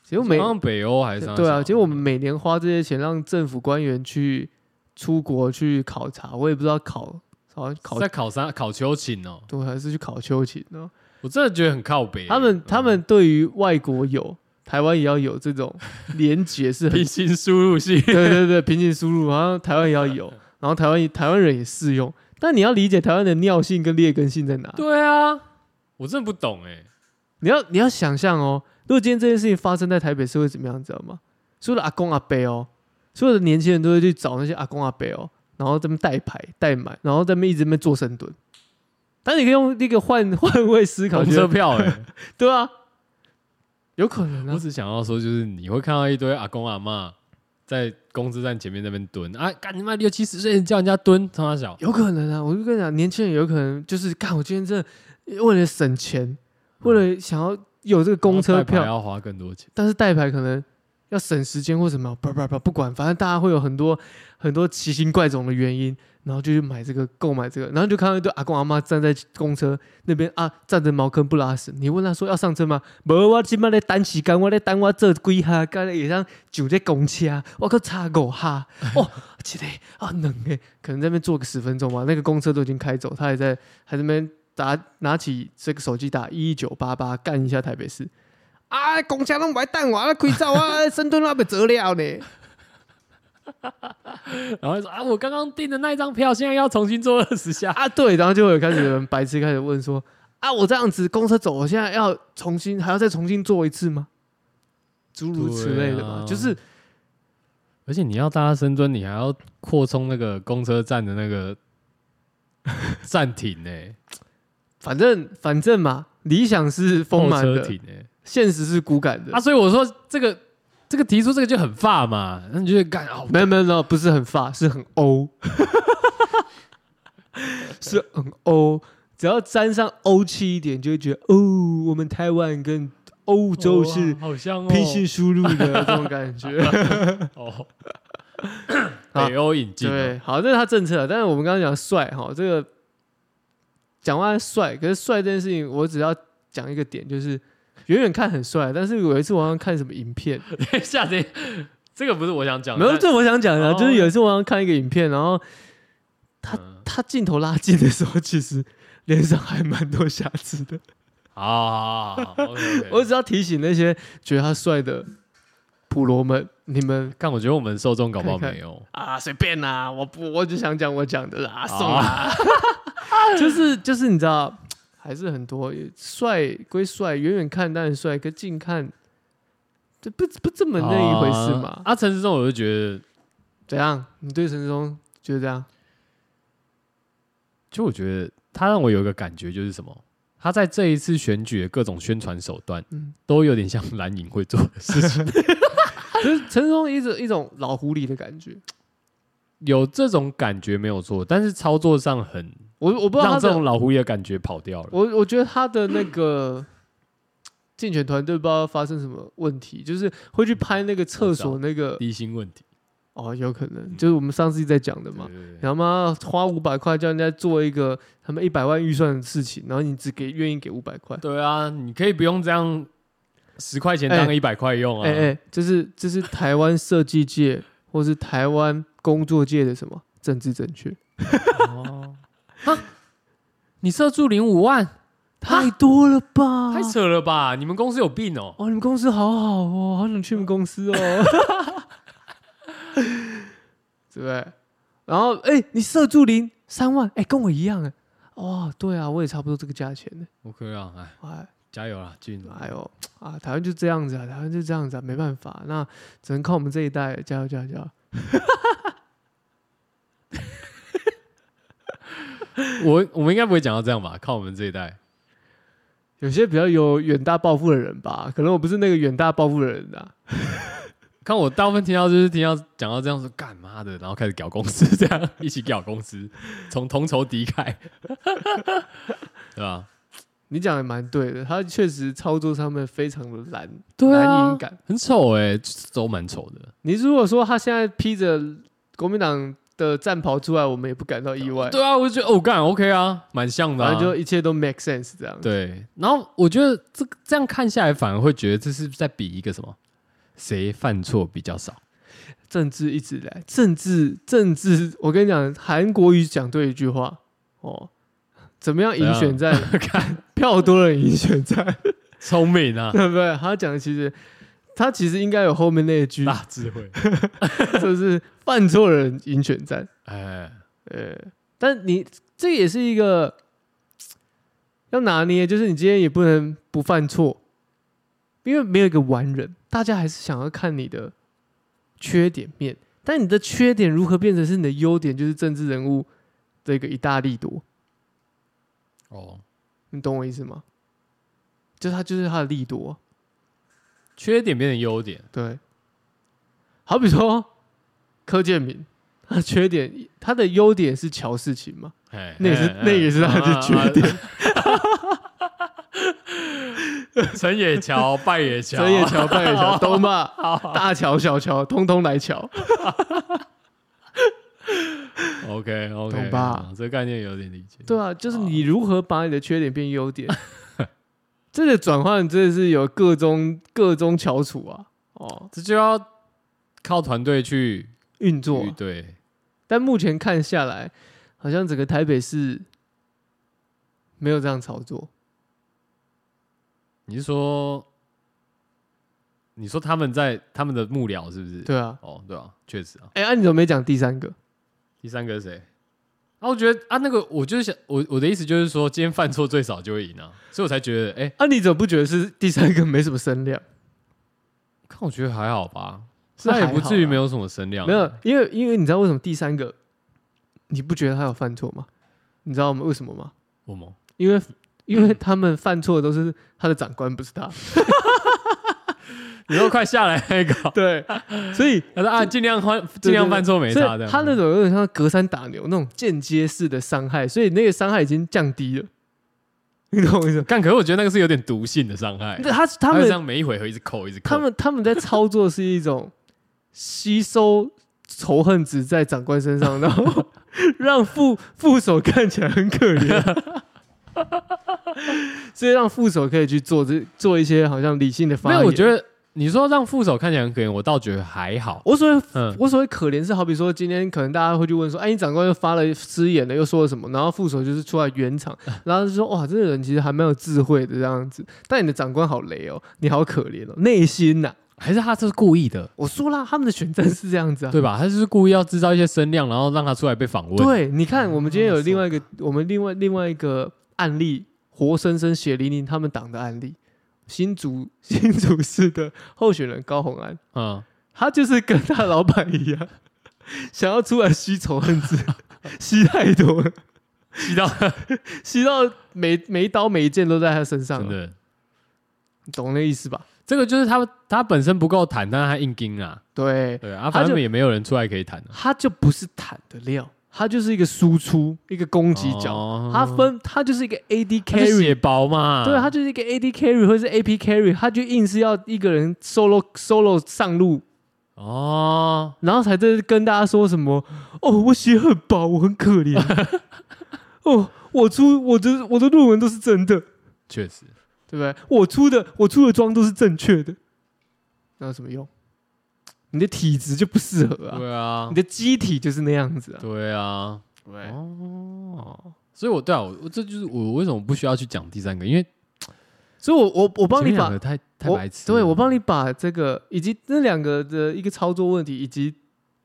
Speaker 2: 结果每
Speaker 1: 好像北欧还是哪
Speaker 2: 对啊，
Speaker 1: 里
Speaker 2: 结果我们每年花这些钱让政府官员去出国去考察，我也不知道考好像考
Speaker 1: 在考山考秋瑾哦，
Speaker 2: 对，还是去考秋瑾呢？
Speaker 1: 我真的觉得很靠北。欸嗯
Speaker 2: 他们他 *laughs* 们对于外国有，台湾也要有这种连结是很
Speaker 1: 平，行输入系，
Speaker 2: 对对对，平行输入，好像台湾也要有，然后台湾台湾人也适用，但你要理解台湾的尿性跟劣根性在哪，
Speaker 1: *laughs* 对啊，我真的不懂哎。
Speaker 2: 你要你要想象哦，如果今天这件事情发生在台北，是会怎么样，你知道吗？所有的阿公阿伯哦，所有的年轻人都会去找那些阿公阿伯哦，然后他们代牌代买，然后他们一直在那边做深蹲。但你可以用那个换换位思考，
Speaker 1: 红
Speaker 2: 觉
Speaker 1: 车
Speaker 2: 得
Speaker 1: 票哎，
Speaker 2: 对啊，有可能
Speaker 1: 我
Speaker 2: 啊，
Speaker 1: 只想要说，就是你会看到一堆阿公阿嬷在公车站前面那边蹲啊，干你妈六七十岁人叫人家蹲，他妈 *laughs* 小，
Speaker 2: 有可能啊。我就跟你讲，年轻人有可能就是看我今天真的为了省钱，为了想要有这个公车
Speaker 1: 然后代
Speaker 2: 票
Speaker 1: 牌，要啊花更多钱。
Speaker 2: 但是代牌可能要省时间或什么，不不不，不管，反正大家会有很多很多奇形怪种的原因，然后就去买这个购买这个，然后就看到一堆阿公阿妈站在公车那边啊，站着茅坑不拉屎。你问他说要上车吗？无，我今麦在等时间，我在等我做几下，刚才也上上这公车，我靠差五下，哦，欸一个啊两个，可能在那边坐个十分钟吧，那个公车都已经开走，他还在还在那边打拿起这个手机打一九八八干一下台北市啊，公车拢买蛋我，那可以走 *laughs* 啊，深蹲那被折了呢。
Speaker 1: 然后说啊，我刚刚订的那一张票，现在要重新做二十下。 *laughs*
Speaker 2: 啊，对，然后就会有开始有人白痴开始问说啊，我这样子公车走，我现在要重新还要再重新做一次吗？诸如此类的嘛，
Speaker 1: 对啊
Speaker 2: 就是
Speaker 1: 而且你要大家深蹲，你还要扩充那个公车站的那 *laughs* 个站停呢、欸
Speaker 2: 反正反正嘛，理想是丰
Speaker 1: 候
Speaker 2: 满
Speaker 1: 车
Speaker 2: 的，
Speaker 1: 停呢、
Speaker 2: 现实是骨感的。
Speaker 1: 啊，所以我说这个这个提出这个就很发嘛，那你就会干哦，
Speaker 2: 没有没有没有，不是很发，是很欧， *laughs* 是很欧。只要沾上欧气一点，就会觉得哦，我们台湾跟欧洲是
Speaker 1: 哇好像哦，
Speaker 2: 平行输入的这种
Speaker 1: *laughs*
Speaker 2: 感觉。
Speaker 1: 哦， *coughs*
Speaker 2: 好
Speaker 1: 北欧引进哦、
Speaker 2: 对，好，这是他政策。但是我们刚刚讲帅哈，这个讲话帅，可是帅这件事情，我只要讲一个点，就是远远看很帅，但是有一次我好像看什么影片，
Speaker 1: 等一 *laughs* 下，等一下这个不是我想讲，
Speaker 2: 没有，
Speaker 1: 但
Speaker 2: 这我想讲的啊，
Speaker 1: 哦
Speaker 2: 就是有一次我好像看一个影片，然后他
Speaker 1: 嗯
Speaker 2: 他镜头拉近的时候，其实脸上还蛮多瑕疵的。
Speaker 1: 好好好
Speaker 2: *laughs*
Speaker 1: 好，OK，
Speaker 2: 我只要提醒那些觉得他帅的普罗们，你们
Speaker 1: 看，我觉得我们受众搞不好
Speaker 2: 看看
Speaker 1: 没有，
Speaker 2: 啊随便啦、我不我就想讲我讲的啦，
Speaker 1: 好
Speaker 2: 送啊啦，哦 *laughs* 就是就是你知道，还是很多帅归帅，远远看当然帅，可近看这不不这么那一回事嘛？
Speaker 1: 啊，陈世忠，我就觉得，
Speaker 2: 怎样？你对陈志忠觉得这 *laughs* 样？
Speaker 1: 就我觉得他让我有一个感觉，就是什么？他在这一次选举的各种宣传手段，
Speaker 2: 嗯
Speaker 1: 都有点像蓝营会做的事
Speaker 2: *laughs*
Speaker 1: 情，
Speaker 2: 就是陈志忠一直一种老狐狸的感觉。
Speaker 1: 有这种感觉没有错，但是操作上很
Speaker 2: 我我不知道他
Speaker 1: 让这
Speaker 2: 的
Speaker 1: 种老狐狸的感觉跑掉了。
Speaker 2: 我我觉得他的那个竞选团队不知道发生什么问题，就是会去拍那个厕所那个
Speaker 1: 低薪问题
Speaker 2: 哦，有可能就是我们上次在讲的嘛。
Speaker 1: 对对对
Speaker 2: 然后嘛，花五百块叫人家做一个他们一百万预算的事情，然后你只给愿意给五百块，
Speaker 1: 对啊，你可以不用这样，十块钱
Speaker 2: 哎
Speaker 1: 当一百块用啊。
Speaker 2: 哎哎，这是这是台湾设计界或是台湾工作界的什么政治正确？
Speaker 1: 哦，啊，你社助领五万，
Speaker 2: *laughs* 太多了吧！
Speaker 1: 太扯了吧？你们公司有病哦！
Speaker 2: 哦，你们公司好好哦，好想去你们公司哦， *laughs* 对不对？然后，哎、你社助零三万，哎、跟我一样哎，哦，对啊，我也差不多这个价钱呢。
Speaker 1: 我可以啊，哎，
Speaker 2: 哎，
Speaker 1: 加油啦，俊！
Speaker 2: 哎呦，啊，台湾就这样子啊，台湾就这样子啊，没办法，那只能靠我们这一代，加油，加油，加油！
Speaker 1: 我我们应该不会讲到这样吧？看我们这一代，
Speaker 2: 有些比较有远大抱负的人吧，可能我不是那个远大抱负的人啊。
Speaker 1: 看我大部分听到就是听到讲到这样说干妈的，然后开始搞公司，这样一起搞公司，从同仇敌忾， *laughs* 对吧？
Speaker 2: 你讲的蛮对的，他确实操作上面非常的懒，
Speaker 1: 对啊
Speaker 2: 难以感。
Speaker 1: 很丑哎、都蛮丑的。
Speaker 2: 你如果说他现在披着国民党的战袍出来，我们也不感到意外，
Speaker 1: 对啊，我就觉得哦干 OK 啊，蛮像的、啊。
Speaker 2: 反正就一切都 make sense 这样。，
Speaker 1: 对，然后我觉得这个这样看下来，反而会觉得这是在比一个什么，谁犯错比较少。 *laughs*
Speaker 2: 政治一直以来，政治政治，我跟你讲，韩国瑜讲对一句话哦，怎么样
Speaker 1: 啊
Speaker 2: 赢选战？
Speaker 1: 看，
Speaker 2: 票多的人赢选战，
Speaker 1: 聪明 *laughs* 啊，
Speaker 2: *laughs* 对不对？他讲的其实，他其实应该有后面那一句，
Speaker 1: 大智慧。
Speaker 2: *laughs* 就是犯错的人赢选战。
Speaker 1: 哎，
Speaker 2: 呃，但你这也是一个要拿捏，就是你今天也不能不犯错，因为没有一个完人，大家还是想要看你的缺点面，但你的缺点如何变成是你的优点，就是政治人物这个一大利多，
Speaker 1: 哦，
Speaker 2: 你懂我意思吗？就他就是他的哦利多，
Speaker 1: 缺点变成优点，
Speaker 2: 对。好比说柯建明，他的缺点，他的优点是乔事情嘛，
Speaker 1: 哎，
Speaker 2: 那也是
Speaker 1: 哎
Speaker 2: 那也是他的缺。点
Speaker 1: 哎啊啊啊成也乔，败也乔，
Speaker 2: 折也桥、半也桥都骂，
Speaker 1: 好
Speaker 2: 大桥小桥通通来桥。
Speaker 1: OK OK，
Speaker 2: 懂吧
Speaker 1: 这个概念有点理解。
Speaker 2: 对啊，就是你如何把你的缺点变优点，这个转换真的是有各中各中翘楚啊，哦，
Speaker 1: 这就要靠团队去
Speaker 2: 运作啊、
Speaker 1: 对，
Speaker 2: 但目前看下来，好像整个台北市没有这样操作。
Speaker 1: 你是说，你说他们在他们的幕僚是不是？，
Speaker 2: 对啊，
Speaker 1: 哦，对啊，确实啊。
Speaker 2: 哎、啊，你怎么没讲第三个？
Speaker 1: 第三个是谁？啊，我觉得啊，那个我就是想，我我的意思就是说，今天犯错最少就会赢啊，所以我才觉得，哎、
Speaker 2: 啊，你怎么不觉得是第三个没什么声量？
Speaker 1: 看我觉得还好吧，*laughs*
Speaker 2: 是
Speaker 1: 那也
Speaker 2: 还
Speaker 1: 不
Speaker 2: 好
Speaker 1: 至于
Speaker 2: 啦
Speaker 1: 没有什么声量，
Speaker 2: 没有，因为因为你知道为什么第三个你不觉得他有犯错吗？你知道吗？为什么吗？
Speaker 1: 我吗？
Speaker 2: 因为因为他们犯错的都是他的长官，不是
Speaker 1: *laughs*
Speaker 2: 他。
Speaker 1: 你都快下来那个，
Speaker 2: 对，所以
Speaker 1: 他说啊，尽量犯， *laughs* 尽量犯错没
Speaker 2: 所
Speaker 1: 差
Speaker 2: 以
Speaker 1: 的。
Speaker 2: 他那种有点像隔山打牛那种间接式的伤害，所以那个伤害已经降低了。你懂我意思吗？
Speaker 1: 干，可是我觉得那个是有点毒性的伤害，
Speaker 2: 他他
Speaker 1: 哎他会
Speaker 2: 们
Speaker 1: 这样每一回合一直扣，一直扣。
Speaker 2: *laughs* 他们他们在操作是一种吸收仇恨值在长官身上，然 *laughs* 后让副副手看起来很可怜， *laughs* 所以让副手可以去做这做一些好像理性的发
Speaker 1: 没
Speaker 2: 言。
Speaker 1: 有，我觉
Speaker 2: 得
Speaker 1: 得你说让副手看起来很可怜，我倒觉得还好。
Speaker 2: 我所谓
Speaker 1: 嗯，
Speaker 2: 我所谓可怜是，好比说今天可能大家会去问说，哎，你长官又发了失言了，又说了什么？然后副手就是出来圆场，然后就说，哇，这个人其实还蛮有智慧的这样子。但你的长官好雷哦，你好可怜哦，内心呐、
Speaker 1: 还是他这是故意的，
Speaker 2: 我说啦，他们的选战是这样子啊，
Speaker 1: 对吧？他就是故意要制造一些声量，然后让他出来被访问。，
Speaker 2: 对，你看，我们今天有
Speaker 1: 哦
Speaker 2: 另外一个，我们另外另外一个案例，活生生血淋淋他们党的案例，新竹 *laughs* 新竹市的候选人高虹安，
Speaker 1: 嗯，
Speaker 2: 他就是跟他老板一样，想要出来吸仇恨值， *laughs* 吸太多了，
Speaker 1: 吸到
Speaker 2: 吸到每每一刀每一剑都在他身上
Speaker 1: 真
Speaker 2: 了，
Speaker 1: 的，
Speaker 2: 你懂那意思吧？
Speaker 1: 这个就是他他本身不够坦，但是他硬盯啊，
Speaker 2: 对，
Speaker 1: 对啊，
Speaker 2: 他就
Speaker 1: 反正也没有人出来可以坦啊。
Speaker 2: 他就不是坦的料，他就是一个输出，一个攻击角，
Speaker 1: 哦
Speaker 2: 他分他就是一个 AD
Speaker 1: 他是
Speaker 2: carry
Speaker 1: 血薄嘛，
Speaker 2: 对，他就是一个 AD carry 或是 AP carry，他就硬是要一个人 solo solo 上路，
Speaker 1: 哦，
Speaker 2: 然后才在跟大家说什么哦，我血很薄，我很可
Speaker 1: *laughs*
Speaker 2: 怜，哦，我出我的我的论文都是真的，
Speaker 1: 确实，
Speaker 2: 对不对？我出的我出的妆都是正确的，那有什么用？你的体质就不适合啊，
Speaker 1: 对啊
Speaker 2: 你，的机体就是那样子啊，
Speaker 1: 对啊，
Speaker 2: 对
Speaker 1: 哦，所以我对啊，我我这就是我为什么不需要去讲第三个，因为
Speaker 2: 所以我我我帮
Speaker 1: 前面
Speaker 2: 你
Speaker 1: 两
Speaker 2: 把
Speaker 1: 个太太
Speaker 2: 我
Speaker 1: 白痴了，
Speaker 2: 对我帮你把这个以及那两个的一个操作问题，以及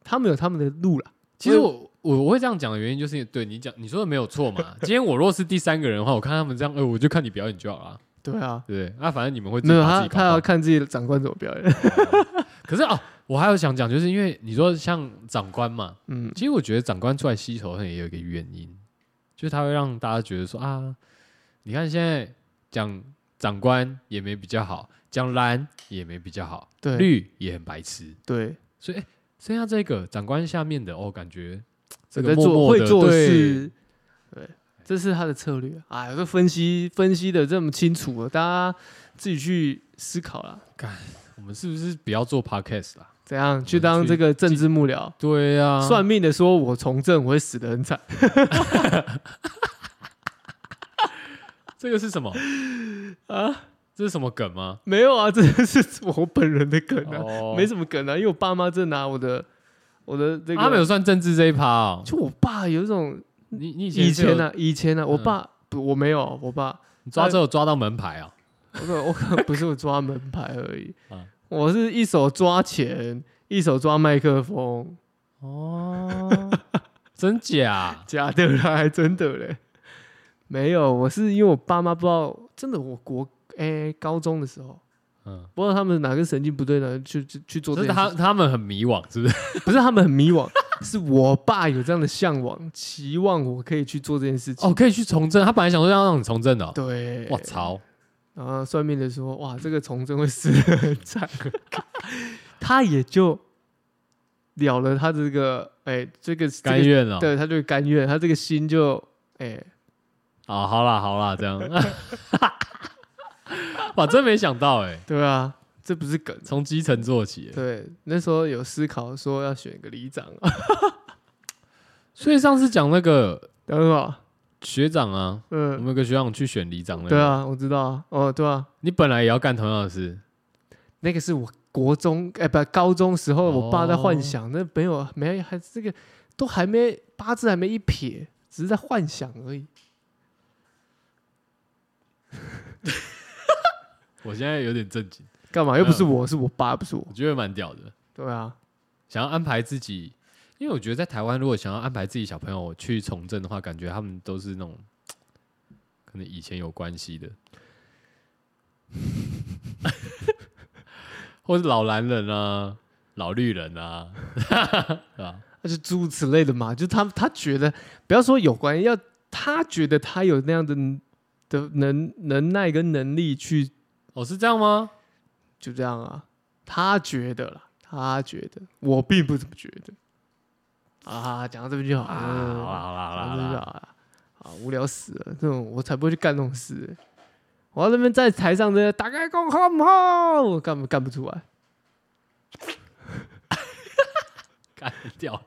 Speaker 2: 他们有他们的路啦。
Speaker 1: 其实我我我会这样讲的原因，就是因为对你讲你说的没有错嘛。今天我若是第三个人的话，我看他们这样，哎、 *laughs* 我就看你表演就好了，
Speaker 2: 对啊，
Speaker 1: 对不对？那、反正你们会自己
Speaker 2: 没有
Speaker 1: 把
Speaker 2: 他，
Speaker 1: 自己
Speaker 2: 他
Speaker 1: 搞
Speaker 2: 要
Speaker 1: 爆。
Speaker 2: 看自己的长官怎么表演。 *laughs*
Speaker 1: 可是哦，我还有想讲，就是因为你说像长官嘛，
Speaker 2: 嗯，
Speaker 1: 其实我觉得长官出来吸仇恨也有一个原因，就是他会让大家觉得说啊，你看现在讲长官也没比较好，讲蓝也没比较好，
Speaker 2: 对
Speaker 1: 绿也很白痴，
Speaker 2: 对，
Speaker 1: 所以哎，剩下这个长官下面的哦，感觉这个
Speaker 2: 在
Speaker 1: 默
Speaker 2: 做
Speaker 1: 默
Speaker 2: 会
Speaker 1: 的
Speaker 2: 做
Speaker 1: 对
Speaker 2: 事，对，这是他的策略。哎，这分析分析的这么清楚啊了，大家自己去思考啦。
Speaker 1: 我们是不是不要做 podcast 啦？
Speaker 2: 怎样去
Speaker 1: 去
Speaker 2: 当这个政治幕僚？
Speaker 1: 对呀、啊，
Speaker 2: 算命的说，我从政我会死得很惨。
Speaker 1: 这个是 *laughs* 什么啊？这是什么梗吗？
Speaker 2: 没有啊，这是我本人的梗啊，
Speaker 1: 哦
Speaker 2: 没什么梗啊，因为我爸妈正拿我的我的这个，
Speaker 1: 啊他们有算政治这一趴哦。
Speaker 2: 就我爸有一种
Speaker 1: 你你
Speaker 2: 以
Speaker 1: 以前
Speaker 2: 前
Speaker 1: 呢、
Speaker 2: 呢，以前啊呢，我
Speaker 1: 嗯
Speaker 2: 爸不，我没有，我爸。
Speaker 1: 你抓之后抓到门牌啊？
Speaker 2: 我可我可不是我抓门牌而已
Speaker 1: *laughs* 啊，
Speaker 2: 我是一手抓钱，一手抓麦克风，
Speaker 1: 哦， *laughs* 真假？
Speaker 2: 假的啦， *laughs* 还真的嘞。没有，我是因为我爸妈不知道，真的我国诶、高中的时候，
Speaker 1: 嗯，
Speaker 2: 不知道他们哪根神经不对呢，去去去做这
Speaker 1: 是
Speaker 2: 件事
Speaker 1: 他
Speaker 2: 情。
Speaker 1: 他们很迷惘，是不是？
Speaker 2: 不是他们很迷惘，是我爸有这样的向往，期望我可以去做这件事
Speaker 1: *laughs*
Speaker 2: 情。
Speaker 1: 哦，可以去从政。他本来想说要让你从政的、哦。
Speaker 2: 对，
Speaker 1: 我！操！
Speaker 2: 然后算命的说，哇，这个从政会死得很惨，他也就了了他这个，哎、这个这
Speaker 1: 甘
Speaker 2: 个
Speaker 1: 愿哦啊了、
Speaker 2: 对，他就甘愿，他这个心就哎、
Speaker 1: 啊、好啦好啦，这样。 *laughs* 哇，真没想到哎、
Speaker 2: 对啊，这不是梗啊。
Speaker 1: 从基层做起、欸。
Speaker 2: 对，那时候有思考说要选个里长啊， *laughs*
Speaker 1: 所以上次讲那个
Speaker 2: 很好，
Speaker 1: 学长啊，我
Speaker 2: 嗯
Speaker 1: 们，有个学长去选里长那个，
Speaker 2: 对啊，我知道啊，哦，对啊，
Speaker 1: 你本来也要干同样的事，
Speaker 2: 那个是我国中哎、不高中时候我爸在幻
Speaker 1: 哦
Speaker 2: 想，那没有没还这个都还没八字还没一撇，只是在幻想而已。
Speaker 1: 我现在有点震惊，
Speaker 2: 干嘛？又不是
Speaker 1: 嗯
Speaker 2: 我，是我爸，不是我。
Speaker 1: 我觉得蛮屌的。
Speaker 2: 对啊，
Speaker 1: 想要安排自己，因为我觉得在台湾，如果想要安排自己小朋友去从政的话，感觉他们都是那种可能以前有关系的， *laughs* 或是老男人啊、老绿人啊，对吧？
Speaker 2: 那就诸如此类的嘛。就他他觉得，不要说有关系，要他觉得他有那样的的能能耐跟能力去，
Speaker 1: 哦，是这样吗？
Speaker 2: 就这样啊。他觉得啦，他觉得，我并不这么觉得。啊，讲到这边就好
Speaker 1: 啊，
Speaker 2: 了。
Speaker 1: 好啦好啦好啦好
Speaker 2: 真的
Speaker 1: 啦，
Speaker 2: 啊，啊，无聊死了！这种我才不会去干这种事欸、我要那边在台上真的打开工好不好？我干不干不出来？
Speaker 1: 干掉，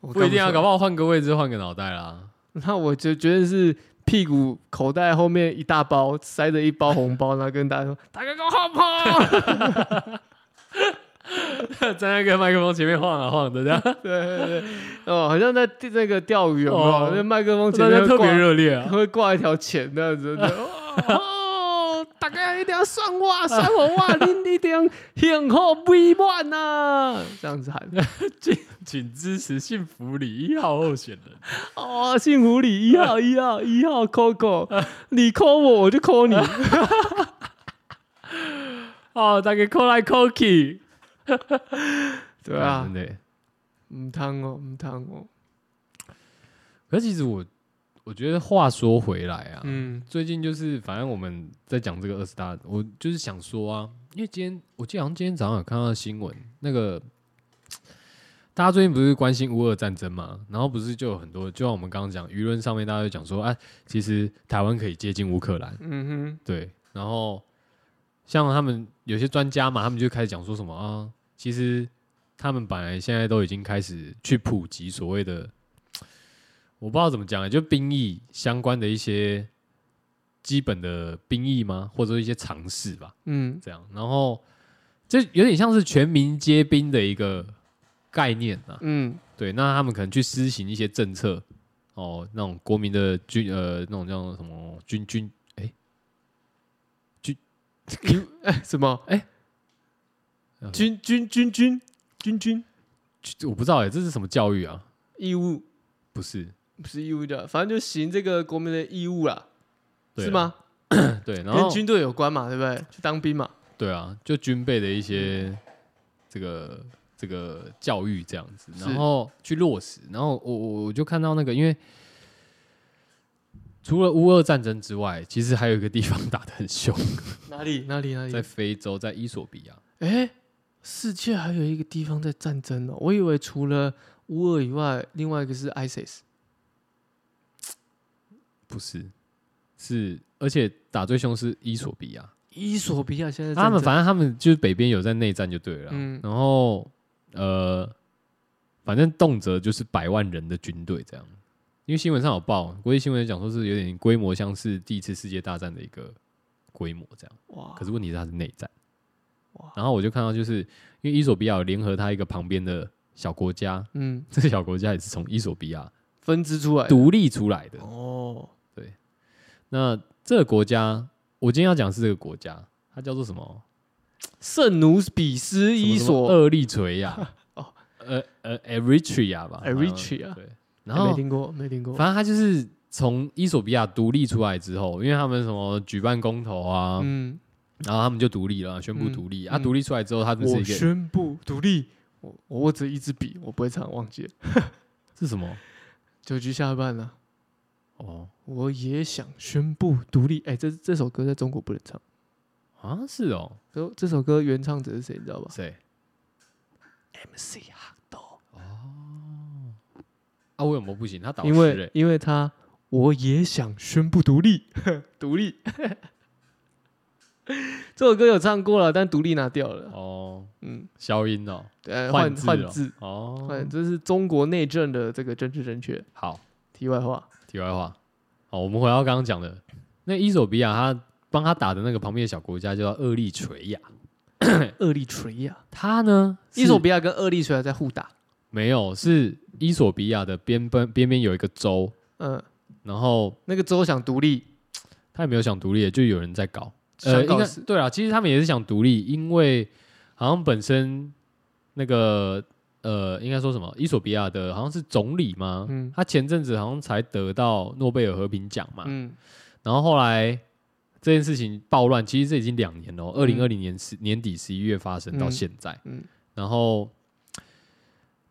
Speaker 2: 我
Speaker 1: 不一定啊，
Speaker 2: 干
Speaker 1: 搞
Speaker 2: 出
Speaker 1: 不好换个位置，换个脑袋啦。
Speaker 2: 来。那我就觉得是屁股口袋后面一大包塞着一包红包，然后跟大家说 *laughs* 打开工好不好？
Speaker 1: *laughs* 站在那个麦克风前面晃啊晃的，
Speaker 2: *laughs*
Speaker 1: 这样
Speaker 2: 对对对，哦，好像在地那个钓鱼有没
Speaker 1: 哦
Speaker 2: 有？那麦克风前
Speaker 1: 大
Speaker 2: 面
Speaker 1: 家
Speaker 2: 会
Speaker 1: 特别
Speaker 2: 挂
Speaker 1: 热烈啊。
Speaker 2: 会挂一条钱那样
Speaker 1: *laughs*
Speaker 2: 子。对哦，大家一定要算我，算我哇！你 *laughs* 一定要幸福美满呐，这样子喊。
Speaker 1: 请支持幸福里一号候选人。
Speaker 2: 哦，幸福里一号一号一
Speaker 1: *laughs*
Speaker 2: 号 Coco，你 call 我，我就 call 你。
Speaker 1: 哦，大家扣来扣去。
Speaker 2: 对啊
Speaker 1: 真，的耶。
Speaker 2: 唔汤哦，唔汤哦。
Speaker 1: 可是其实我，我觉得话说回来啊，
Speaker 2: 嗯
Speaker 1: 最近就是反正我们在讲这个二十大，我就是想说啊，因为今天我记得好像今天早上有看到新闻，那个大家最近不是关心乌俄战争嘛，然后不是就有很多，就像我们刚刚讲，舆论上面大家就讲说，哎、其实台湾可以接近乌克兰。
Speaker 2: 嗯
Speaker 1: 对，然后像他们有些专家嘛，他们就开始讲说什么啊，其实他们本来现在都已经开始去普及所谓的，我不知道怎么讲、欸就兵役相关的一些基本的兵役吗，或者说一些常识吧，
Speaker 2: 哼，嗯
Speaker 1: 这样，然后这有点像是全民皆兵的一个概念啊，
Speaker 2: 嗯
Speaker 1: 对，那他们可能去施行一些政策，哦，那种国民的军呃那种叫什么军军哎军
Speaker 2: 哎，什么？哎
Speaker 1: 呃，
Speaker 2: 军军军军军军
Speaker 1: 军我不知道哎、这是什么教育啊？
Speaker 2: 义务
Speaker 1: 不是，
Speaker 2: 不是义务的，反正就行这个国民的义务啦，
Speaker 1: 对啊
Speaker 2: 是？吗？
Speaker 1: 对，然
Speaker 2: 嗯跟
Speaker 1: 后
Speaker 2: 军队有关嘛，对不对？去当兵嘛。
Speaker 1: 对啊，就军备的一些这个这个教育这样子，
Speaker 2: 是
Speaker 1: 然后去落实。然后我我我就看到那个，因为除了乌俄战争之外，其实还有一个地方 *laughs* 打得很凶，
Speaker 2: 哪里哪里哪
Speaker 1: 在
Speaker 2: 里？
Speaker 1: 非洲，在伊索比亚。
Speaker 2: 哎，世界还有一个地方在战争哦，我以为除了乌俄以外，另外一个是 ISIS。
Speaker 1: 不是，是而且打最凶是伊索比亚，
Speaker 2: 伊索比亚现在
Speaker 1: 他们
Speaker 2: 战争
Speaker 1: 反正他们就是北边有在内战就对了啊，
Speaker 2: 嗯
Speaker 1: 然后呃，反正动辄就是百万人的军队这样，因为新闻上有报，国际新闻讲说是有点规模像是第一次世界大战的一个规模这样，
Speaker 2: 哇，
Speaker 1: 可是问题是它是内战
Speaker 2: 哇，
Speaker 1: 然后我就看到就是因为伊索比亚有联合它一个旁边的小国家，
Speaker 2: 嗯，
Speaker 1: 这个小国家也是从伊索比亚
Speaker 2: 分支出来的
Speaker 1: 独立出来的，
Speaker 2: 哦，
Speaker 1: 那这个国家，我今天要讲的是这个国家，它叫做什么？
Speaker 2: 圣努比斯伊
Speaker 1: 什么什么
Speaker 2: 索
Speaker 1: 厄立垂
Speaker 2: *laughs*
Speaker 1: 亚
Speaker 2: 哦，
Speaker 1: 呃呃，Eritrea 吧
Speaker 2: Eritrea
Speaker 1: 对，然
Speaker 2: 没
Speaker 1: 后
Speaker 2: 听过，没听过，
Speaker 1: 反正它就是从伊索比亚独立出来之后，因为他们什么举办公投啊，
Speaker 2: 嗯，
Speaker 1: 然后他们就独立了，宣布
Speaker 2: 嗯
Speaker 1: 独立。啊，
Speaker 2: 嗯
Speaker 1: 独立出来之后，他们是
Speaker 2: 我
Speaker 1: 一个
Speaker 2: 宣布独立，我我握着一支笔，我不会唱，忘记了，
Speaker 1: 是什么？
Speaker 2: 九局下半了，
Speaker 1: 哦
Speaker 2: 我也想宣布独立，哎，这这首歌在中国不能唱，
Speaker 1: 啊，是哦，
Speaker 2: 这这首歌原唱者是谁，你知道吧
Speaker 1: 谁？
Speaker 2: ？MC Hot Dog，
Speaker 1: 啊，我有没有不行？他导师
Speaker 2: 因为
Speaker 1: 欸
Speaker 2: 因为他我也想宣布独立， *laughs* 独立。这首歌有唱过了，但独立拿掉了。
Speaker 1: 哦，
Speaker 2: 嗯，
Speaker 1: 消音哦，
Speaker 2: 呃，
Speaker 1: 换
Speaker 2: 换
Speaker 1: 字
Speaker 2: 换
Speaker 1: 哦
Speaker 2: 字，
Speaker 1: 哦
Speaker 2: 哎，，这是中国内政的这个政治正确。
Speaker 1: 好。
Speaker 2: 题外话，
Speaker 1: 题外话，好，我们回到刚刚讲的，那伊索比亚他帮他打的那个旁边的小国家叫厄立垂亚，
Speaker 2: 厄立垂亚，
Speaker 1: 他呢，
Speaker 2: 伊索
Speaker 1: 是
Speaker 2: 比亚跟厄立垂亚在互打。
Speaker 1: 没有是伊索比亚的边边边边有一个州，
Speaker 2: 嗯，
Speaker 1: 然后
Speaker 2: 那个州想独立，
Speaker 1: 他也没有想独立，就有人在搞，呃，
Speaker 2: 香
Speaker 1: 应
Speaker 2: 港
Speaker 1: 该
Speaker 2: 是
Speaker 1: 对啊，其实他们也是想独立，因为好像本身那个呃，应该说什么，伊索比亚的好像是总理嘛，
Speaker 2: 嗯
Speaker 1: 他前阵子好像才得到诺贝尔和平奖嘛，
Speaker 2: 嗯
Speaker 1: 然后后来这件事情暴乱，其实这已经两年了，哦二零二零年十、年底十一月发生到
Speaker 2: 嗯
Speaker 1: 现在，
Speaker 2: 嗯
Speaker 1: 然后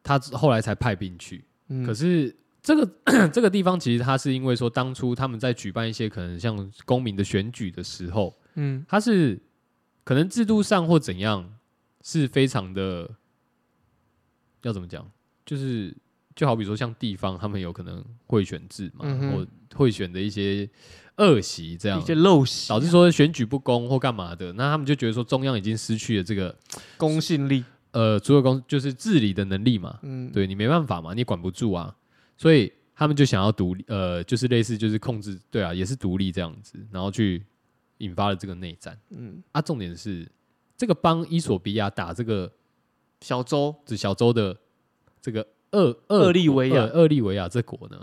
Speaker 1: 他后来才派兵去，
Speaker 2: 嗯，
Speaker 1: 可是这个 *clears throat* 这个地方其实它是因为说当初他们在举办一些可能像公民的选举的时候，
Speaker 2: 嗯
Speaker 1: 它是可能制度上或怎样是非常的，要怎么讲，就是就好比说像地方他们有可能贿选制嘛，
Speaker 2: 嗯哼
Speaker 1: 或贿选的一些恶习这样
Speaker 2: 一。些陋习啊
Speaker 1: 导致说选举不公或干嘛的，那他们就觉得说中央已经失去了这个
Speaker 2: 公信力，
Speaker 1: 呃，主有公就是治理的能力嘛，
Speaker 2: 嗯
Speaker 1: 对你没办法嘛，你管不住啊，所以他们就想要独立，呃，就是类似就是控制，对啊，也是独立这样子，然后去引发了这个内战
Speaker 2: 嗯，
Speaker 1: 啊。重点是这个帮伊索比亚打这个
Speaker 2: 小周
Speaker 1: 这小洲的这个厄
Speaker 2: 厄立维亚
Speaker 1: 厄厄立维亚这国呢，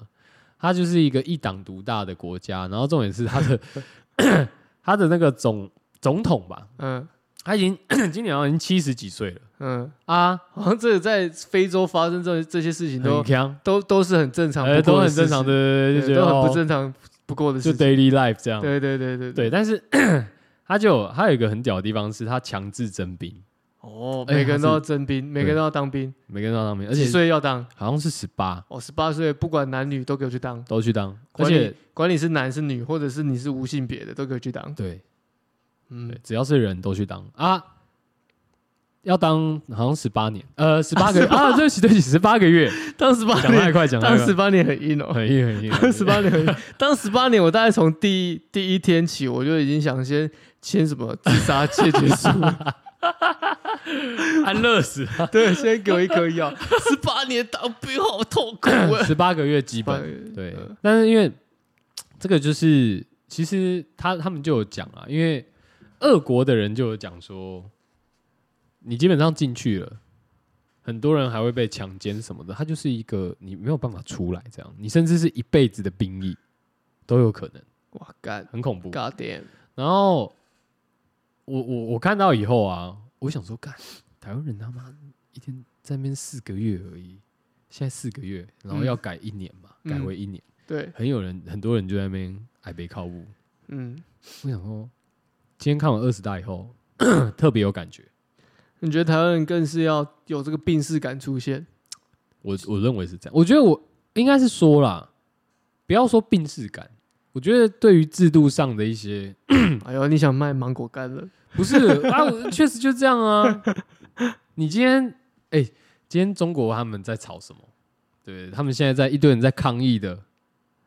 Speaker 1: 它就是一个一党独大的国家，然后重点是它的
Speaker 2: *laughs*
Speaker 1: 它的那个总总统吧，
Speaker 2: 嗯
Speaker 1: 他已经 *clears throat* 今年好像已经七十几岁了
Speaker 2: 嗯，
Speaker 1: 啊，
Speaker 2: 好像这个在非洲发生这这些事情
Speaker 1: 很
Speaker 2: 都
Speaker 1: 强。
Speaker 2: 都都是很正常，
Speaker 1: 呃，
Speaker 2: 不
Speaker 1: 都
Speaker 2: 过的
Speaker 1: 很正
Speaker 2: 事
Speaker 1: 常
Speaker 2: 情，
Speaker 1: 的，就觉
Speaker 2: 对
Speaker 1: 得
Speaker 2: 都很
Speaker 1: 哦
Speaker 2: 不正常不过的
Speaker 1: 就
Speaker 2: 事情，
Speaker 1: daily life 这样。
Speaker 2: 对对对对
Speaker 1: 对，，但是 *clears throat* 他就有他有一个很屌的地方是，他强制征兵，
Speaker 2: 哦，
Speaker 1: 哎
Speaker 2: 每个人
Speaker 1: 他
Speaker 2: 都
Speaker 1: 是
Speaker 2: 要征兵，每个人
Speaker 1: 对
Speaker 2: 都要当兵，
Speaker 1: 每个人都要当兵，而
Speaker 2: 几
Speaker 1: 且
Speaker 2: 岁要当？
Speaker 1: 好像是十八
Speaker 2: 哦，十八岁不管男女都给我去当，
Speaker 1: 都去当，而
Speaker 2: 管
Speaker 1: 且
Speaker 2: 你管你是男是女，或者是你是无性别的，都给我
Speaker 1: *laughs*
Speaker 2: 去当。
Speaker 1: 对
Speaker 2: 嗯
Speaker 1: 对，，只要是人都去当啊。要当好像十八年，呃，十八个月啊，对不起对不起，十八个月，
Speaker 2: 当十八
Speaker 1: 讲太
Speaker 2: 年，
Speaker 1: 快讲太
Speaker 2: 当十
Speaker 1: 快，
Speaker 2: 八年很硬哦，
Speaker 1: 很硬很硬，
Speaker 2: *laughs* 当十八年很硬， *laughs* 当十八年，我大概从第一第一天起，我就已经想先签什么自杀切结
Speaker 1: *laughs*
Speaker 2: 书， *laughs*
Speaker 1: 安乐死，
Speaker 2: 对，先给我一颗药。十八年当兵好痛苦啊！哎呃
Speaker 1: 十八个月基
Speaker 2: *laughs*
Speaker 1: 本，
Speaker 2: 对
Speaker 1: 对，但是因为这个就是，其实他他们就有讲啊，因为俄国的人就有讲说，你基本上进去了，很多人还会被强奸什么的，他就是一个你没有办法出来，这样，你甚至是一辈子的兵役都有可能，
Speaker 2: 哇干
Speaker 1: 很恐怖。
Speaker 2: god damn，
Speaker 1: 然后我我我看到以后啊，我想说，干台湾人他妈一天在那边四个月而已，现在四个月，然后
Speaker 2: 嗯
Speaker 1: 要改一年嘛，改
Speaker 2: 嗯
Speaker 1: 回一年。
Speaker 2: 对，
Speaker 1: 很有人，很多人就在那边矮背靠步。
Speaker 2: 嗯，
Speaker 1: 我想说，今天看完二十大以后， *clears throat* 特别有感觉。
Speaker 2: 你觉得台湾人更是要有这个病视感出现？
Speaker 1: 我我认为是这样。我觉得我应该是说啦，不要说病逝感。我觉得对于制度上的一些，
Speaker 2: 哎呦，你想卖芒果干了？
Speaker 1: 不是 *laughs* 啊，我确实就这样啊。你今天，哎、今天中国他们在吵什么？对他们现在在一堆人在抗议的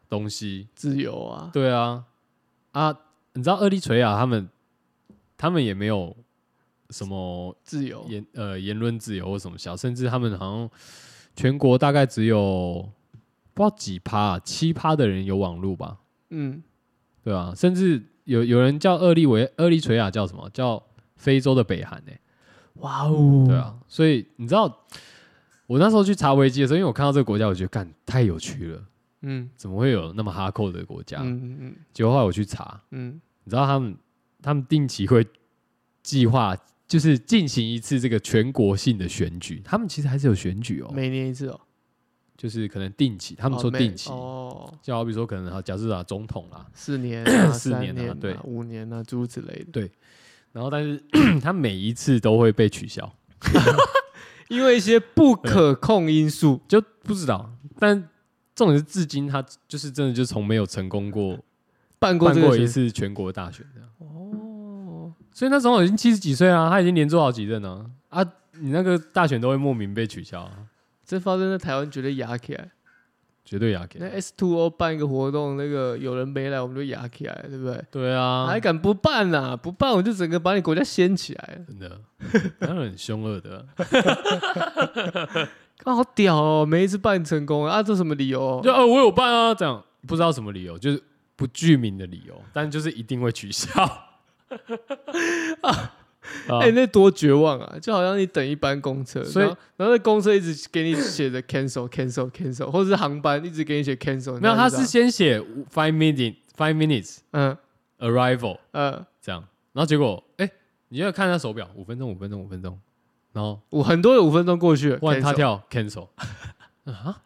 Speaker 1: 东西，
Speaker 2: 自由啊，
Speaker 1: *laughs* 对啊，啊，你知道厄立垂啊亚他们，他们也没有什么
Speaker 2: 自由，
Speaker 1: 言呃言论自由或什么小，甚至他们好像全国大概只有不知道几趴啊、七趴的人有网络吧，
Speaker 2: 嗯，
Speaker 1: 对啊，甚至有有人叫厄立维厄立垂亚啊叫什么？叫非洲的北韩呢、
Speaker 2: 哇哦，
Speaker 1: 对，啊，所以你知道我那时候去查维基的时候，因为我看到这个国家，我觉得干太有趣了，
Speaker 2: 嗯
Speaker 1: 怎么会有那么哈扣的国家？
Speaker 2: 嗯嗯
Speaker 1: 结果后来我去查。
Speaker 2: 嗯
Speaker 1: 你知道他们他们定期会计划，就是进行一次这个全国性的选举。他们其实还是有选举哦
Speaker 2: 嗯，，每年一次哦，
Speaker 1: 就是可能定期，他们
Speaker 2: 哦
Speaker 1: 说
Speaker 2: 每
Speaker 1: 定期，
Speaker 2: 哦，
Speaker 1: 就好比说可能啊，假设啊总统啦，
Speaker 2: 四年
Speaker 1: *clears throat*
Speaker 2: 啊、
Speaker 1: 四
Speaker 2: 三
Speaker 1: 年啊
Speaker 2: 年
Speaker 1: 对
Speaker 2: 五年啊，诸如此类的，
Speaker 1: 然后但是 *clears throat* 他每一次都会被取消，
Speaker 2: 因为一些不可控因素，
Speaker 1: 就不知道。但重点是至今他就是真的就从没有成功过
Speaker 2: 办 *laughs* 过
Speaker 1: 办
Speaker 2: 这
Speaker 1: 过
Speaker 2: 个
Speaker 1: 一
Speaker 2: 选
Speaker 1: 次全国大选这样。
Speaker 2: 哦，
Speaker 1: 所以那时候已经七十几岁啊，他已经连做好几任了啊，你那个大选都会莫名被取消、啊，
Speaker 2: 这发生在台湾绝对压起来。
Speaker 1: 绝对牙给
Speaker 2: 那。S Two O 办一个活动，那个有人没来，我们就压起来，对不对？
Speaker 1: 对啊，
Speaker 2: 还敢不办呐、不办我就整个把你国家掀起来了，
Speaker 1: 真的，当然很凶恶
Speaker 2: *laughs*
Speaker 1: 的。
Speaker 2: 刚好屌哦！每一次办成功啊，这什么理由、
Speaker 1: 就呃，我有办啊，这样不知道什么理由，就是不具名的理由，但就是一定会取消。 *laughs* 啊
Speaker 2: 哎、那多绝望啊！就好像你等一班公车，
Speaker 1: 所以
Speaker 2: 然后然后那公车一直给你写着 cancel cancel cancel，或者是航班一直给你写 cancel，
Speaker 1: 没有，
Speaker 2: 你哪
Speaker 1: 他
Speaker 2: 知道
Speaker 1: 是先写 five minute five minutes
Speaker 2: 嗯
Speaker 1: arrival
Speaker 2: 呃
Speaker 1: 这样，然后结果哎、你要看他手表，五分钟，五分钟，五分钟，然后
Speaker 2: 我很多有五分钟过去了，
Speaker 1: 忽然他
Speaker 2: 呃 cancel
Speaker 1: 跳
Speaker 2: *laughs*
Speaker 1: cancel 啊，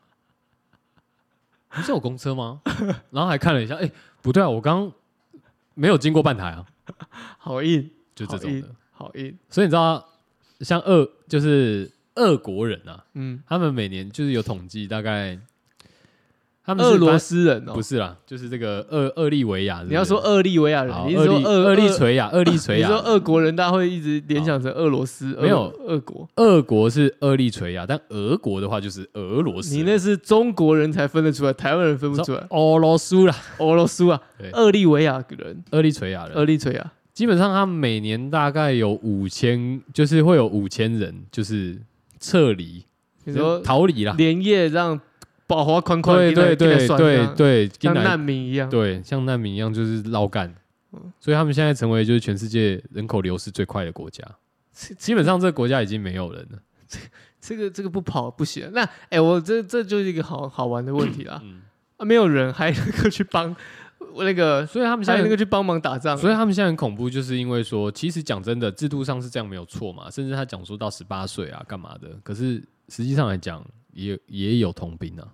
Speaker 1: 不是有公车吗？然后还看了一下，哎、不对啊，我刚没有经过半台啊，
Speaker 2: 好硬，
Speaker 1: 就这
Speaker 2: 好
Speaker 1: 种的。
Speaker 2: 硬，好硬，
Speaker 1: 所以你知道，像俄就是俄国人啊，
Speaker 2: 嗯，
Speaker 1: 他们每年就是有统计，大概他们是
Speaker 2: 俄罗
Speaker 1: 搬
Speaker 2: 斯人哦
Speaker 1: 不，是啦，就是这个厄厄立维亚是不是，
Speaker 2: 你要说厄立维亚人，
Speaker 1: 好
Speaker 2: 你是说
Speaker 1: 厄立
Speaker 2: 厄
Speaker 1: 厄立
Speaker 2: 厄 *laughs*
Speaker 1: 垂亚，厄立垂
Speaker 2: 你
Speaker 1: 亚
Speaker 2: 说，俄国人，大家会一直联
Speaker 1: 好
Speaker 2: 想成俄罗斯，俄
Speaker 1: 没有
Speaker 2: 俄国，
Speaker 1: 俄国是厄立垂亚，但俄国的话就是俄罗斯，
Speaker 2: 你那是中国人才分得出来，台湾人分不出来。
Speaker 1: 俄罗斯啦，
Speaker 2: 俄罗斯啊
Speaker 1: 对，
Speaker 2: 厄立维亚人，
Speaker 1: 厄立垂亚人
Speaker 2: 厄，立垂啊亚，
Speaker 1: 基本上他们每年大概有五千，就是会有五千人就是撤离，
Speaker 2: 你说
Speaker 1: 逃离啦，
Speaker 2: 连夜让宝华款款
Speaker 1: 对
Speaker 2: 给他
Speaker 1: 对
Speaker 2: 给
Speaker 1: 对
Speaker 2: 他算这
Speaker 1: 对
Speaker 2: 样
Speaker 1: 对，
Speaker 2: 像
Speaker 1: 跟来
Speaker 2: 难民一样。
Speaker 1: 对，像难民一样就是绕干
Speaker 2: 嗯，
Speaker 1: 所以他们现在成为就是全世界人口流失最快的国家。基本上这个国家已经没有人了。
Speaker 2: 这个这个不跑不行。那哎，我这这就是一个好好玩的问题啦。
Speaker 1: 嗯，
Speaker 2: 啊，没有人还能够去帮
Speaker 1: *laughs*
Speaker 2: 那个，
Speaker 1: 所以他们现
Speaker 2: 还能够
Speaker 1: 在，
Speaker 2: 去帮忙打仗。啊
Speaker 1: 所以他们现在很恐怖，就是因为说，其实讲真的，制度上是这样没有错嘛，甚至他讲说到十八岁啊，干嘛的？可是实际上来讲，也也有童兵啊，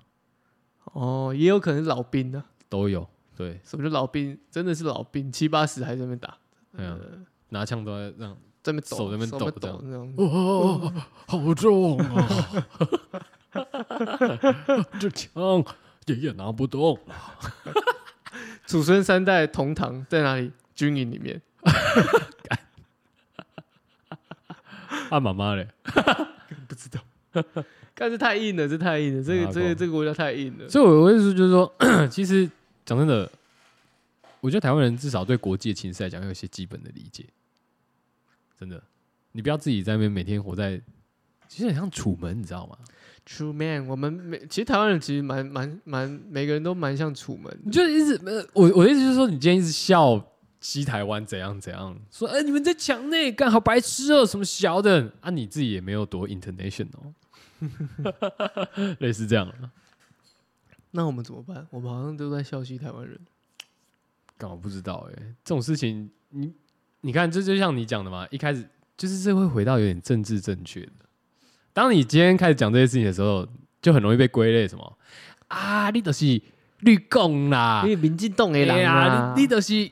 Speaker 2: 哦，也有可能是老兵呢。
Speaker 1: 都有。对，
Speaker 2: 什么叫老兵？真的是老兵，七八十还在那边打，呃
Speaker 1: 嗯，拿枪都在让，
Speaker 2: 在那边
Speaker 1: 手
Speaker 2: 抖，
Speaker 1: 在那边
Speaker 2: 手
Speaker 1: 抖
Speaker 2: 在抖那种。
Speaker 1: 哦哦哦，好重 *laughs* 啊！这枪爷爷拿不动。
Speaker 2: 祖孙三代同堂在哪里？军营里面，
Speaker 1: 啊，妈妈嘞，
Speaker 2: 不知道。但是太硬了，这太硬了，这
Speaker 1: 啊
Speaker 2: 个这个
Speaker 1: 够
Speaker 2: 这个国家太硬了。
Speaker 1: 所以我的意思就是说， *clears throat* 其实讲真的，我觉得台湾人至少对国际的情势来讲，有一些基本的理解。真的，你不要自己在那边每天活在，其实很像楚门，你知道吗？
Speaker 2: True man，我们每其实台湾人其实蛮蛮蛮，每个人都蛮像楚门
Speaker 1: 你就一直呃，我我的意思就是说，你今天一直笑西台湾怎样怎样，说哎、你们在墙内干好白痴哦、什么小的啊，你自己也没有多 international，类似这样啊，
Speaker 2: 那我们怎么办？我们好像都在笑嘻台湾人。
Speaker 1: 干我不知道哎、这种事情你你看，这就像你讲的嘛，一开始就是这会回到有点政治正确的。当你今天开始讲这些事情的时候，就很容易被归类什么啊，你都是绿共啦，
Speaker 2: 因为民进党的人
Speaker 1: 哎
Speaker 2: 啊
Speaker 1: 呀，，你你都是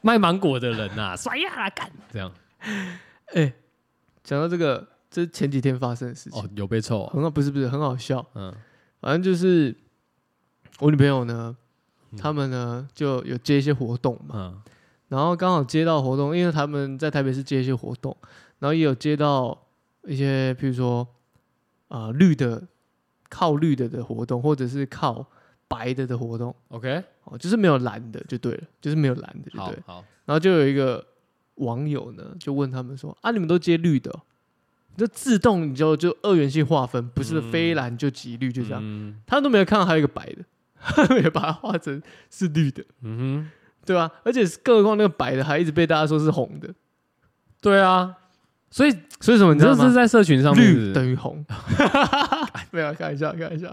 Speaker 1: 卖芒果的人
Speaker 2: *laughs*
Speaker 1: 呐、甩呀
Speaker 2: 啊
Speaker 1: 啦干这样
Speaker 2: 哎，讲到这个，这是前几天发生的事情，
Speaker 1: 哦，有被臭、哦，
Speaker 2: 很好，不是不是很好笑，
Speaker 1: 嗯，
Speaker 2: 反正就是我女朋友呢，
Speaker 1: 嗯
Speaker 2: 他们呢就有接一些活动嘛，
Speaker 1: 嗯
Speaker 2: 然后刚好接到活动，因为他们在台北市接一些活动，然后也有接到一些，譬如说啊、呃绿的靠绿的的活动，或者是靠白的的活动，
Speaker 1: ，OK，
Speaker 2: 哦，就是没有蓝的就对了，就是没有蓝的就
Speaker 1: 好
Speaker 2: 对了。
Speaker 1: 好，
Speaker 2: 然后就有一个网友呢就问他们说啊，你们都接绿的哦、这自动你就就二元性划分，不是
Speaker 1: 嗯
Speaker 2: 非蓝就即绿，就这样。
Speaker 1: 嗯
Speaker 2: 他们都没有看到还有一个白的， *laughs* 他们也把它画成是绿的，
Speaker 1: 嗯哼，
Speaker 2: 对吧、而且是更何况那个白的还一直被大家说是红的，
Speaker 1: 对啊，所以
Speaker 2: 所以什么
Speaker 1: 你
Speaker 2: 哦你知道
Speaker 1: 这是
Speaker 2: 吗？
Speaker 1: 在社群上面是不
Speaker 2: 绿
Speaker 1: 是
Speaker 2: 等于 *laughs* 红，没有开玩笑，开玩笑。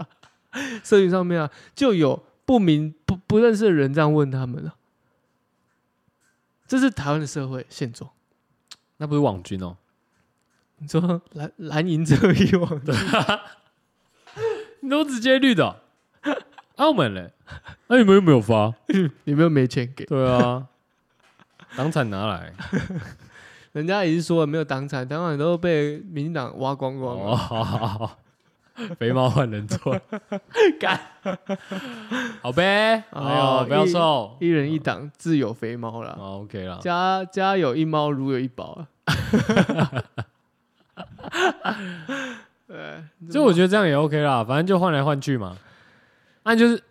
Speaker 2: 社群上面啊，就有不明不不认识的人这样问他们了、啊这是台湾的社会现状。
Speaker 1: 那不是网军哦，
Speaker 2: 你说蓝蓝银这一网的，
Speaker 1: 你都直接绿的哦、澳门嘞，那、你们又没有发，
Speaker 2: 有没有没钱给？
Speaker 1: 对啊，党产拿来，
Speaker 2: 人家已经说了没有党产，党产都被民进党挖光光
Speaker 1: 哦， *laughs*
Speaker 2: 了。
Speaker 1: 好好好，肥猫换人做，
Speaker 2: 干
Speaker 1: 好呗，
Speaker 2: 哎呦
Speaker 1: 哦，不要
Speaker 2: 一
Speaker 1: 瘦，
Speaker 2: 一人一党，自有肥猫啦。
Speaker 1: 哦，OK 啦，
Speaker 2: 家家有一猫，如有一宝啊。 *laughs* 对，
Speaker 1: 就我觉得这样也 OK 啦，反正就换来换去嘛。那、就是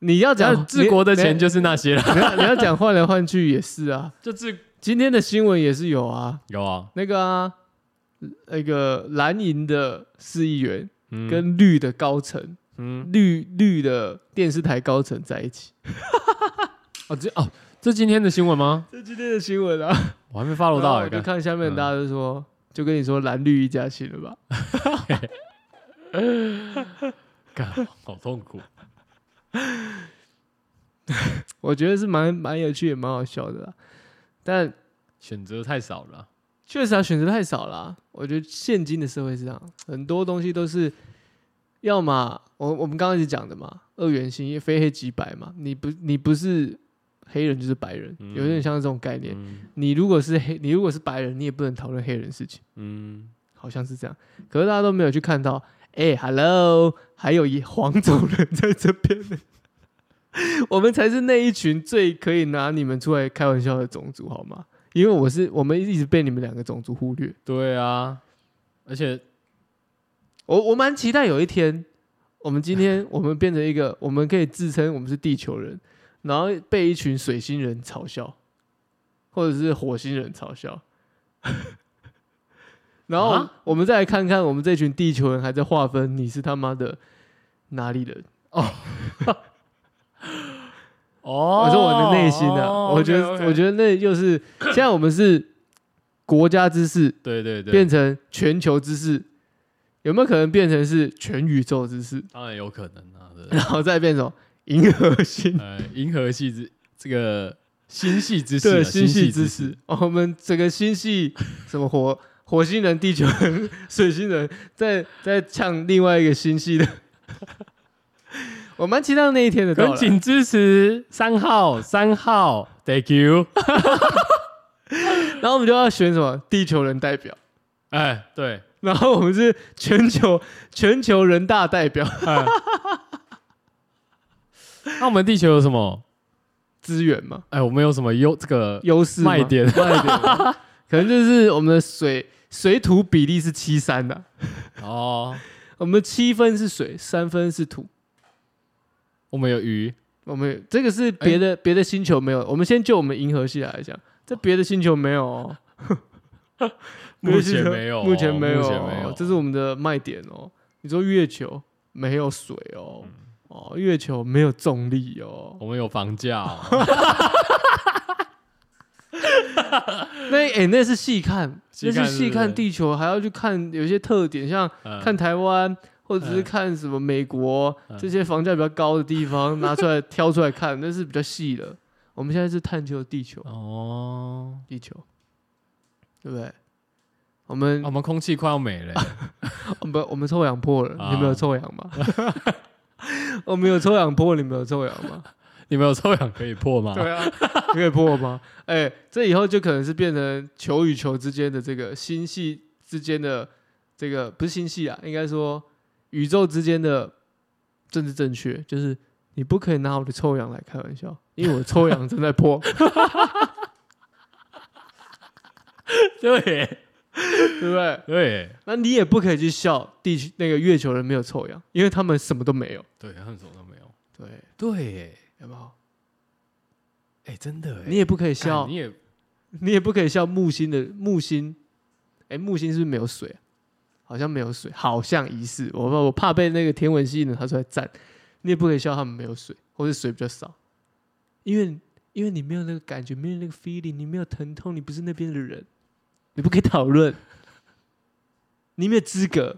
Speaker 2: 你要
Speaker 1: 只要
Speaker 2: 讲
Speaker 1: 治国的钱
Speaker 2: 就
Speaker 1: 就是那些啦，
Speaker 2: 你要你要讲换来换去也是啊。
Speaker 1: 就治
Speaker 2: 今天的新闻也是有啊，
Speaker 1: 有啊，
Speaker 2: 那个啊，那个蓝营的市议员
Speaker 1: 嗯
Speaker 2: 跟绿的高层。
Speaker 1: 嗯
Speaker 2: 绿绿的电视台高层在一起。
Speaker 1: 哦这哦这今天的新闻吗？
Speaker 2: 这今天的新闻啊，
Speaker 1: 我还没 follow 到
Speaker 2: 然后我
Speaker 1: 哎、
Speaker 2: 就
Speaker 1: 欸，
Speaker 2: 看下面大家都说，就跟你说蓝绿一家亲了吧？
Speaker 1: 干好痛苦。
Speaker 2: 我觉得是蛮蛮有趣，也蛮好笑的啦。但
Speaker 1: 选择太少了啊。
Speaker 2: 确实啊，选择太少了啊、我觉得现今的社会是这样，很多东西都是，要么我我们刚开始讲的嘛，二元性，非黑即白嘛。你不你不是黑人就是白人，有点像这种概念。
Speaker 1: 嗯
Speaker 2: 你如果是黑，你如果是白人，你也不能讨论黑人事情，
Speaker 1: 嗯，
Speaker 2: 好像是这样。可是大家都没有去看到，哎、h e l l o 还有一黄种人在这边 *laughs* 呢。我们才是那一群最可以拿你们出来开玩笑的种族，好吗？因为我是我们一直被你们两个种族忽略。
Speaker 1: 对啊，而且
Speaker 2: 我我蛮期待有一天，我们今天我们变成一个，我们可以自称我们是地球人，然后被一群水星人嘲笑，或者是火星人嘲笑， *laughs* 然后我们
Speaker 1: 啊
Speaker 2: 我们再来看看我们这群地球人还在划分你是他妈的哪里人。
Speaker 1: 哦
Speaker 2: 我说我的内心啊，我觉得我
Speaker 1: 得
Speaker 2: 觉得那又是现在我们是国家之势
Speaker 1: 对对对，
Speaker 2: 变成全球之势，有没有可能变成是全宇宙之势？
Speaker 1: 当然有可能啊，对不对
Speaker 2: 然后再变成银河
Speaker 1: *laughs*
Speaker 2: 系，
Speaker 1: 呃，银河系之这个星系之势啊，
Speaker 2: 对，星系之
Speaker 1: 势
Speaker 2: 势。哦我们整个星系什么火火星人、地球人、水星人，在在呛另外一个星系的。 *laughs* 我蛮期待那一天的到
Speaker 1: 恳
Speaker 2: 来。
Speaker 1: 请支持三号，三号，Thank you。
Speaker 2: 然后我们就要选什么地球人代表，
Speaker 1: 哎，对，
Speaker 2: 然后我们是全球全球人大代表
Speaker 1: 哎那我们地球有什么？
Speaker 2: 资源嘛，
Speaker 1: 哎，我们有什么优这个
Speaker 2: 优势嘛
Speaker 1: 卖，点？
Speaker 2: *laughs* 卖点嘛，可能就是我们的水水土比例是七三的，啊
Speaker 1: 哦，
Speaker 2: 我们七分是水，三分是土。
Speaker 1: 我们有鱼，
Speaker 2: 我们有这个是别
Speaker 1: 哎
Speaker 2: 的别、的星球没有，我们先就我们银河系来讲，这别的星球没有、哦，
Speaker 1: *laughs* 目前没有哦
Speaker 2: 目前没有
Speaker 1: 目
Speaker 2: 哦，
Speaker 1: 前没有
Speaker 2: 这是我们的卖点哦。你说月球没有水哦，
Speaker 1: 嗯
Speaker 2: 哦，月球没有重力哦，
Speaker 1: 我们有房价哦，
Speaker 2: 那哎、那是细看，
Speaker 1: 细看
Speaker 2: 那是细
Speaker 1: 是
Speaker 2: 看
Speaker 1: 不是
Speaker 2: 地球，还要去看有些特点，像
Speaker 1: 嗯
Speaker 2: 看台湾。或者
Speaker 1: 嗯
Speaker 2: 是看什么美国、
Speaker 1: 嗯
Speaker 2: 这些房价比较高的地方，拿出来挑出来看，那是比较细的。我们现在是探究地球，
Speaker 1: 哦，
Speaker 2: 地球，对不对？我们、
Speaker 1: 啊我们空气快要没了。
Speaker 2: *laughs* 我们我们臭氧破了，
Speaker 1: 啊
Speaker 2: 你们有臭氧吗？ *laughs* 我们有臭氧破，你们有臭氧吗？
Speaker 1: 你们有臭氧可以破吗？
Speaker 2: 对啊， *laughs* 你可以破吗？哎、这以后就可能是变成球与球之间的这个星系之间的这个不是星系啊，应该说宇宙之间的政治正确，就是你不可以拿我的臭氧来开玩笑，因为我的臭氧正在破， *laughs*
Speaker 1: 对
Speaker 2: 对不对？
Speaker 1: 对
Speaker 2: 那你也不可以去笑地球那个月球人没有臭氧，因为他们什么都没有。
Speaker 1: 对，他们什么都没有。
Speaker 2: 对，
Speaker 1: 对耶，
Speaker 2: 有没有？
Speaker 1: 哎，真的哎，
Speaker 2: 你也不可以
Speaker 1: 干
Speaker 2: 笑
Speaker 1: 你，也
Speaker 2: *laughs* 你也不可以笑木星的木星。哎，木星是不是没有水啊、好像没有水，好像疑似。我怕我怕被那个天文系呢，他出来赞。你也不可以笑他们没有水，或者水比较少，因为因为你没有那个感觉，没有那个 feeling，你没有疼痛，你不是那边的人，你不可以讨论，你没有资格，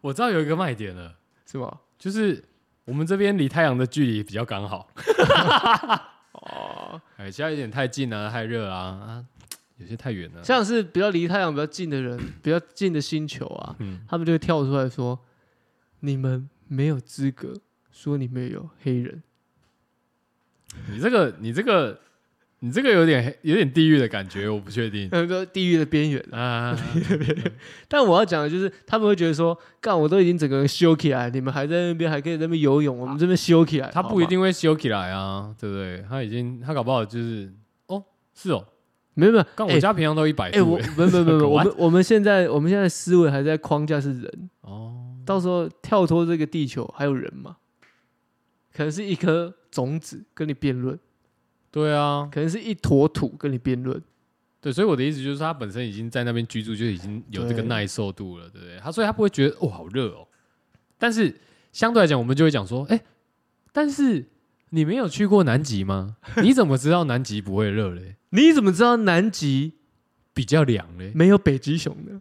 Speaker 1: 我知道有一个卖点了，
Speaker 2: 是吗？
Speaker 1: 就是我们这边离太阳的距离比较刚好。
Speaker 2: 哦，
Speaker 1: 哎，现在有点太近了，太热啊啊，有些太远了。
Speaker 2: 像是比较离太阳比较近的
Speaker 1: *coughs*
Speaker 2: 人，比较近的星球啊，
Speaker 1: 嗯，
Speaker 2: 他们就会跳出来说：“你们没有资格说你们有黑人。
Speaker 1: 你这个你这个你这个有点有点地狱的感觉，我不确”
Speaker 2: *laughs*
Speaker 1: 定
Speaker 2: 他们说呃地狱的边缘。
Speaker 1: 啊。
Speaker 2: 但我要讲的就是，他们会觉得说：“干，我都已经整个人修起来，你们还在那边还可以在那边游泳，我们这边修起来。”
Speaker 1: 他
Speaker 2: 好
Speaker 1: 不
Speaker 2: 吗
Speaker 1: 一定会修起来啊，对不对？他已经他搞不好就是哦，是哦，
Speaker 2: 没有没有。
Speaker 1: 但
Speaker 2: 哎
Speaker 1: 我家平常都一百
Speaker 2: 哎，
Speaker 1: 度
Speaker 2: 我
Speaker 1: 哎。
Speaker 2: 没有没有没
Speaker 1: *laughs*
Speaker 2: 有，没有我
Speaker 1: What？
Speaker 2: 们我们现在我们现在思维还在框架是人，
Speaker 1: 哦，
Speaker 2: 到时候跳脱这个地球还有人吗？可能是一颗种子跟你辩论，
Speaker 1: 对啊，
Speaker 2: 可能是一坨土跟你辩论。
Speaker 1: 对，所以我的意思就是，他本身已经在那边居住，就已经有这个
Speaker 2: 对
Speaker 1: 耐受度了，对不对？他所以他不会觉得哦好热哦。但是相对来讲，我们就会讲说，哎，但是你没有去过南极吗？你怎么知道南极不会热嘞？
Speaker 2: 你怎么知道南极
Speaker 1: 比较凉
Speaker 2: *laughs*
Speaker 1: 嘞？
Speaker 2: 没有北极熊呢？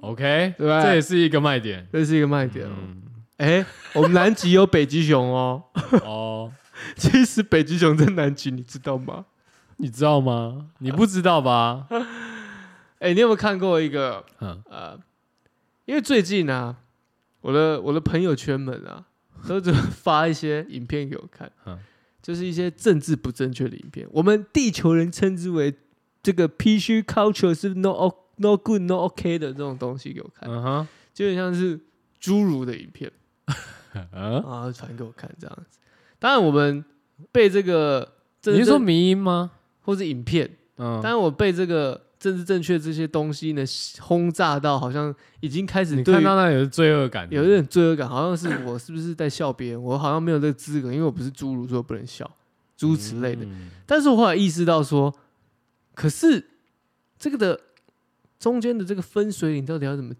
Speaker 1: OK，
Speaker 2: 对吧
Speaker 1: 这也是一个卖点。
Speaker 2: 这是一个卖点哦。
Speaker 1: 嗯，
Speaker 2: 哎、我们南极有北极熊哦。 *laughs*
Speaker 1: 哦，
Speaker 2: 其实北极熊在南极，你知道吗？
Speaker 1: 你知道吗？你不知道吧？
Speaker 2: 哎、你有没有看过一个
Speaker 1: 嗯，
Speaker 2: 呃，因为最近啊，我的我的朋友圈们啊，都只发一些影片给我看
Speaker 1: 嗯，
Speaker 2: 就是一些政治不正确的影片。我们地球人称之为这个 P C culture 是 no o- no good no OK 的这种东西给我看，
Speaker 1: 嗯哼，
Speaker 2: 就很像是侏儒的影片
Speaker 1: 嗯，
Speaker 2: 啊，传给我看这样子。当然，我们被这个政
Speaker 1: 你
Speaker 2: 治
Speaker 1: 是说
Speaker 2: 正
Speaker 1: 迷音吗？
Speaker 2: 或是影片，
Speaker 1: 嗯，
Speaker 2: 当然我被这个。政治正确这些东西呢，轰炸到好像已经开始
Speaker 1: 你
Speaker 2: 对于
Speaker 1: 看到那有罪恶感，
Speaker 2: 有一点罪恶感，好像是我是不是在笑别人？我好像没有这个资格，因为我不是侏儒，所以我不能笑，诸如此类的。
Speaker 1: 嗯
Speaker 2: 但是我后来意识到说，可是这个的中间的这个分水岭到底要怎么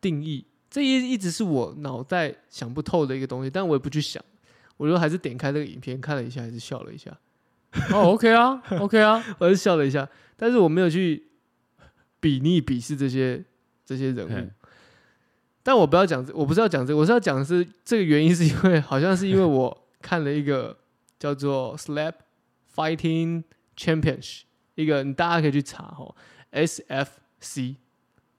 Speaker 2: 定义？这也一直是我脑袋想不透的一个东西，但我也不去想，我就还是点开这个影片看了一下，还是笑了一下， *laughs*
Speaker 1: 哦，OK 啊，OK 啊，
Speaker 2: 我还是笑了一下，但是我没有去比拟鄙视这些这些人物
Speaker 1: 嘿。
Speaker 2: 但我不要讲这，我不是要讲这个，我是要讲的是这个原因是因为好像是因为我看了一个叫做 Slap Fighting Championship 一个，你大家可以去查哦，SFC，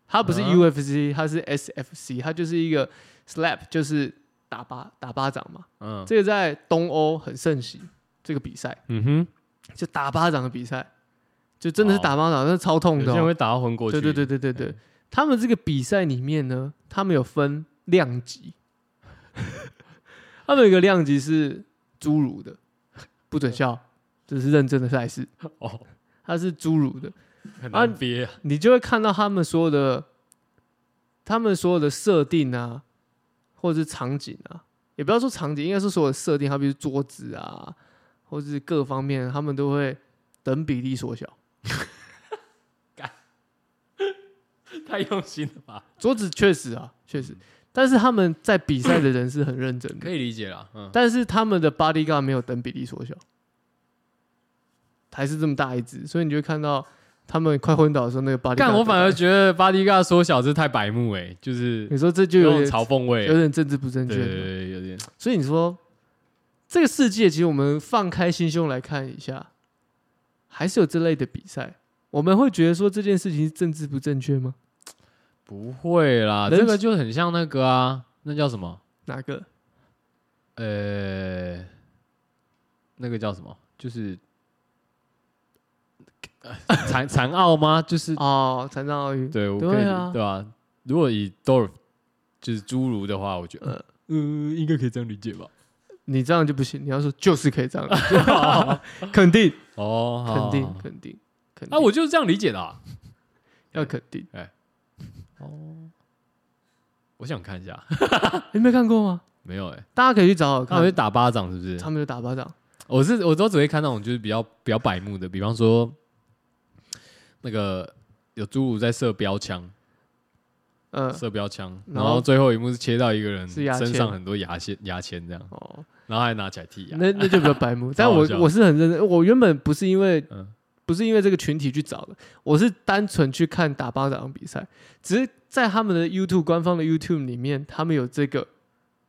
Speaker 2: 它不是
Speaker 1: 啊
Speaker 2: UFC，、它是 SFC，它就是一个 Slap 就是打巴打巴掌嘛，
Speaker 1: 嗯
Speaker 2: 这个在东欧很盛行，这个比赛
Speaker 1: 嗯哼，
Speaker 2: 就打巴掌的比赛，就真的
Speaker 1: 哦
Speaker 2: 是打巴掌，那、超痛
Speaker 1: 有
Speaker 2: 的
Speaker 1: 些
Speaker 2: 哦、
Speaker 1: 人会打到昏过去，哎
Speaker 2: 对对对对对对，他们这个比赛里面呢，他们有分量级， *laughs* 他们有一个量级是侏儒的，不准笑，这是认真的赛事，
Speaker 1: *laughs* 哦，
Speaker 2: 它是侏儒的，
Speaker 1: 很
Speaker 2: 啊
Speaker 1: 难憋啊， *laughs*
Speaker 2: 你就会看到他们所有的，他们所有的设定啊，或者是场景啊，也不要说场景，应该说所有的设定，它比如桌子啊，或是各方面，他们都会等比例缩小。
Speaker 1: 太用心了吧？
Speaker 2: 桌子确实啊，确实，但是他们在比赛的人是很认真的，
Speaker 1: 可以理解啦，嗯，
Speaker 2: 但是他们的 bodyguard 没有等比例缩小，还是这么大一只，所以你就会看到他们快昏倒的时候，那个 bodyguard。
Speaker 1: 但我反而觉得巴蒂嘎缩小这太白目哎，就是
Speaker 2: 你说这就
Speaker 1: 有
Speaker 2: 有
Speaker 1: 种
Speaker 2: 点
Speaker 1: 嘲讽味，
Speaker 2: 有点政治不正
Speaker 1: 对
Speaker 2: 确
Speaker 1: 对对
Speaker 2: 了，
Speaker 1: 对，有点，
Speaker 2: 所以你说这个世界，其实我们放开心胸来看一下，还是有这类的比赛。我们会觉得说这件事情是政治不正确吗？
Speaker 1: 不会啦，
Speaker 2: 人
Speaker 1: 这个就很像那个啊，那叫什么？
Speaker 2: 哪个？
Speaker 1: 呃，那个叫什么？就是呃残 *laughs* 残奥吗？就是
Speaker 2: 哦，残障奥运。
Speaker 1: 对，我
Speaker 2: 对
Speaker 1: 可以
Speaker 2: 啊
Speaker 1: 对吧？如果以 Dorf 就是侏儒的话，我觉得
Speaker 2: 呃
Speaker 1: 嗯、应该可以这样理解吧。
Speaker 2: 你这样就不行，你要说就是可以
Speaker 1: *laughs*
Speaker 2: 这样， *laughs* 肯定，
Speaker 1: 哦，好
Speaker 2: 肯
Speaker 1: 好
Speaker 2: 定，
Speaker 1: 好
Speaker 2: 肯定，肯定。
Speaker 1: 啊，我哎就是这样理解的、啊。
Speaker 2: 要肯定。哦
Speaker 1: 我想看一下， *laughs*
Speaker 2: 你没看过吗？
Speaker 1: 没有哎、欸，
Speaker 2: 大家可以去找找
Speaker 1: 那我就
Speaker 2: 看，
Speaker 1: 打巴掌是不是？
Speaker 2: 他们就打巴掌。
Speaker 1: 我是我都只会看那种就是比较比较白目的，比方说那个有侏儒在射标枪，
Speaker 2: 嗯，
Speaker 1: 射标枪，
Speaker 2: 然
Speaker 1: 然
Speaker 2: 后
Speaker 1: 后最后一幕是切到一个人
Speaker 2: 是牙签
Speaker 1: 身上很多牙签牙签这样，
Speaker 2: 哦，
Speaker 1: 然后还拿起来
Speaker 2: *laughs*
Speaker 1: 剔牙。
Speaker 2: 那那就比较
Speaker 1: *laughs*
Speaker 2: 白目。但
Speaker 1: 超好
Speaker 2: 我
Speaker 1: 笑
Speaker 2: 我是很认真，我原本不是因为
Speaker 1: 嗯，
Speaker 2: 不是因为这个群体去找的，我是单纯去看打巴掌比赛，只是在他们的 YouTube 官方的 YouTube 里面，他们有这个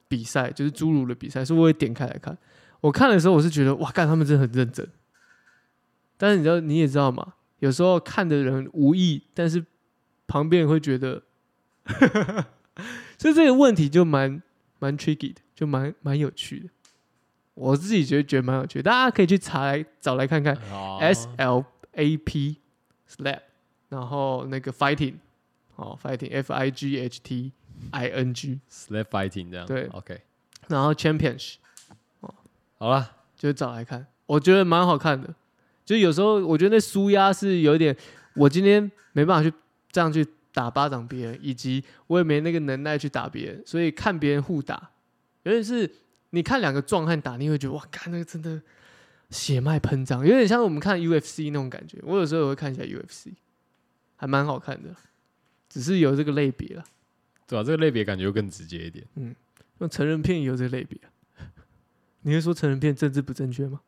Speaker 2: 比赛，就是侏儒的比赛，所以我也点开来看。我看的时候，我是觉得哇，干他们真的很认真。但是你知道，你也知道嘛，有时候看的人无意，但是旁边人会觉得， *laughs* 所以这个问题就蛮蛮 tricky 的，就蛮蛮有趣的。我自己觉得觉得蛮有趣的，大家可以去查来找来看看。
Speaker 1: 好啊
Speaker 2: S L A P slap，然后那个 fighting，哦 fighting F I G H T I N G，
Speaker 1: slap fighting 这样。
Speaker 2: 对
Speaker 1: ，OK，
Speaker 2: 然后 champions
Speaker 1: 好了，
Speaker 2: 就是找来看，我觉得蛮好看的。就有时候我觉得那舒压是有点，我今天没办法去这样去打巴掌别人，以及我也没那个能耐去打别人，所以看别人互打，有点是你看两个壮汉打，你会觉得哇，看那个真的血脉喷张，有点像我们看 UFC 那种感觉。我有时候也会看一下 UFC，还蛮好看的，只是有这个类别了，
Speaker 1: 对吧、啊这个类别感觉又更直接一点。
Speaker 2: 用成人片也有这个类别啊。 *laughs* 你会说成人片政治不正确吗？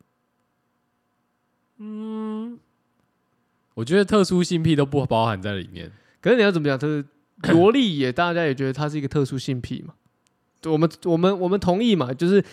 Speaker 1: 我觉得特殊性癖都不包含在里面。 *clears throat*
Speaker 2: 可是你要怎么讲？这是萝莉也大家也觉得它是一个特殊性癖嘛，对我们我们我们同意嘛，就是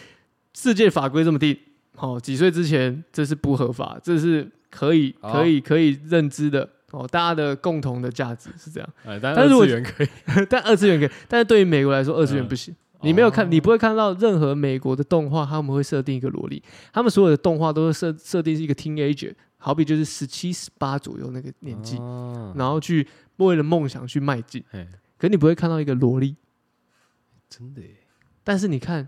Speaker 2: 世界法规这么定，好、几岁之前这是不合法，这是可以
Speaker 1: 好
Speaker 2: 可以可以认知的哦，大家的共同的价值是这样， *laughs*
Speaker 1: 呃，但
Speaker 2: 但
Speaker 1: 二
Speaker 2: 是我
Speaker 1: 次元可以，
Speaker 2: 但二次元可以，但是对于美国来说，二次元
Speaker 1: 嗯
Speaker 2: 不行。你没有看，
Speaker 1: 哦
Speaker 2: 你不会看到任何美国的动画，他们会设定一个萝莉，他们所有的动画都是设设定是一个 teenager，好比就是十七、十八左右那个年纪，
Speaker 1: 哦
Speaker 2: 然后去为了梦想去迈进。
Speaker 1: 哎，
Speaker 2: 可你不会看到一个萝莉，
Speaker 1: 真的耶，
Speaker 2: 但是你看，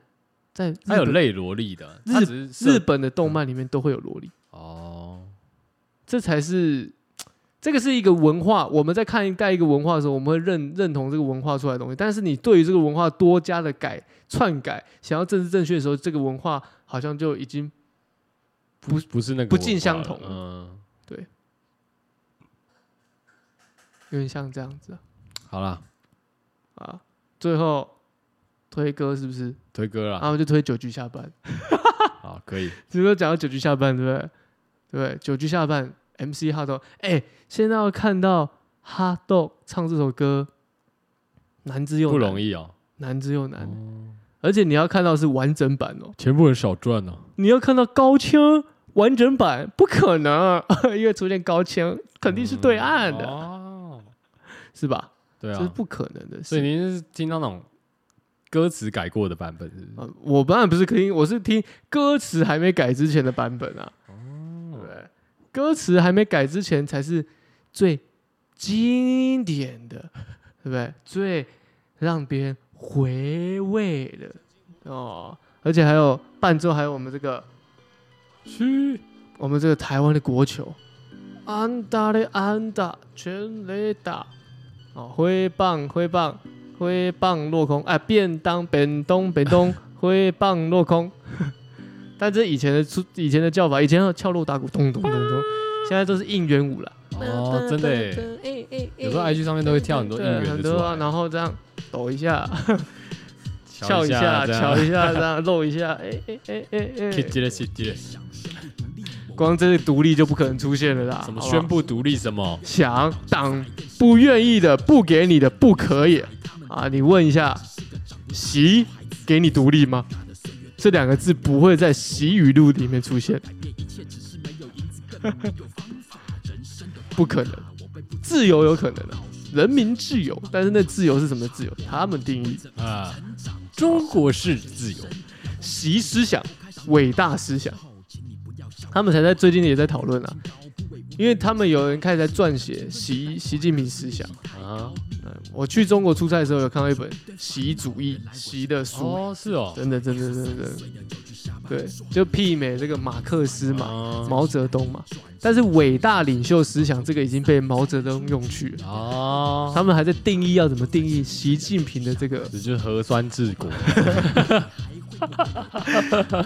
Speaker 2: 在日
Speaker 1: 它有
Speaker 2: 本
Speaker 1: 类萝莉的，
Speaker 2: 日
Speaker 1: 它只是
Speaker 2: 日
Speaker 1: 设
Speaker 2: 本的动漫里面都会有萝莉，
Speaker 1: 哦，
Speaker 2: 这才是这个是一个文化。我们在看待一个文化的时候，我们会认认同这个文化出来的东西，但是你对于这个文化多加的改篡改，想要政治正确的时候，这个文化好像就已经
Speaker 1: 不不是那个
Speaker 2: 不尽
Speaker 1: 文化
Speaker 2: 相
Speaker 1: 了
Speaker 2: 同
Speaker 1: 嗯，
Speaker 2: 有点像这样子
Speaker 1: 好啦，
Speaker 2: 啊。啊最后推歌是不是？
Speaker 1: 推歌
Speaker 2: 然
Speaker 1: 啦，
Speaker 2: 后就推九局下半。
Speaker 1: 好，可
Speaker 2: *laughs*
Speaker 1: 以，
Speaker 2: 只说讲到九局下半，对不对？对不对，九局下半，MC 哈豆，哎，现在要看到哈豆唱这首歌，难之又
Speaker 1: 不
Speaker 2: 难
Speaker 1: 容，易哦，
Speaker 2: 难之又难，
Speaker 1: 哦
Speaker 2: 而且你要看到是完整版哦，
Speaker 1: 钱不能少赚哦，
Speaker 2: 你要看到高清完整版，不可能，啊 *laughs* 因为出现高清肯定是对岸的，
Speaker 1: 嗯哦，
Speaker 2: 是吧？
Speaker 1: 对
Speaker 2: 这是
Speaker 1: 啊，
Speaker 2: 不可能的
Speaker 1: 所以
Speaker 2: 事。
Speaker 1: 您是听到那种歌词改过的版本是不是？
Speaker 2: 呃我当然不是听，我是听歌词还没改之前的版本啊。对不
Speaker 1: 哦，
Speaker 2: 对，歌词还没改之前才是最经典的，对不对？最让别人回味的哦，而且还有伴奏，还有我们这个
Speaker 1: 嘘，
Speaker 2: 我们这个台湾的国球，安打嘞安打，全垒打，哦，挥棒挥棒挥棒落空，哎，便当便东便 *laughs* 东，挥棒落空。 *laughs* 但这以前的出以前的叫法，以前要敲锣打鼓，咚咚咚咚，现在都是应援舞了。
Speaker 1: 哦，真的耶，
Speaker 3: 耶
Speaker 1: 有时候 IG 上面都会跳很多应
Speaker 2: 哎对，
Speaker 1: 援
Speaker 2: 很
Speaker 1: 的出
Speaker 2: 多啊，
Speaker 1: 来，
Speaker 2: 然后这样抖一下，
Speaker 1: 敲
Speaker 2: 笑一下，
Speaker 1: 下，
Speaker 2: 瞧一下，这样露一下，哎哎哎哎
Speaker 1: *laughs* 去
Speaker 2: 哎，
Speaker 1: 接了去接了，
Speaker 2: 光这个独立就不可能出现了啦。
Speaker 1: 什么
Speaker 2: 好不好啊
Speaker 1: 宣布独立什么，
Speaker 2: 想党不愿意的不给你的不可以啊！你问一下，习给你独立吗？这两个字不会在习语录里面出现， *laughs* 不可能。自由有可能啊，人民自由，但是那自由是什么自由？他们定义
Speaker 1: 啊，中国式自由，
Speaker 2: 习思想、伟大思想，他们才在最近也在讨论啊，因为他们有人开始在撰写习习近平思想。
Speaker 1: 啊，
Speaker 2: 我去中国出差的时候，有看到一本习主义习的书，
Speaker 1: 哦，是哦，
Speaker 2: 真的，真的，真的，真的，对，就媲美这个马克思嘛，
Speaker 1: 嘛
Speaker 2: 毛泽东嘛。但是伟大领袖思想这个已经被毛泽东用去了，
Speaker 1: 哦，
Speaker 2: 他们还在定义要怎么定义习近平的这个，
Speaker 1: 只是核酸治国，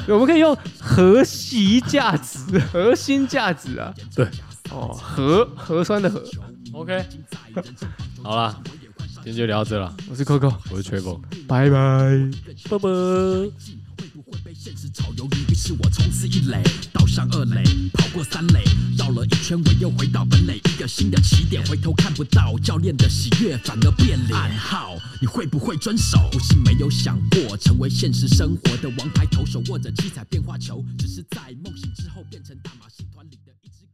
Speaker 2: 我们可以用核习价值、核心价值啊，
Speaker 1: 对，
Speaker 2: 哦，核核酸的核，
Speaker 1: OK，好啦，今天就聊到这了。
Speaker 2: 我是 Coco，
Speaker 1: 我是 Travel，
Speaker 2: 拜拜。
Speaker 1: 拜拜。
Speaker 4: 会不会被现实炒鱿鱼？于是我冲刺一垒，倒上二垒，跑过三垒，绕了一圈，我又回到本垒，一个新的起点，回头看不到教练的喜悦，反而变脸。暗号，你会不会遵守？不是没有想过，成为现实生活的王牌投手，握着七彩变化球，只是在梦醒之后变成大马戏团里的一只。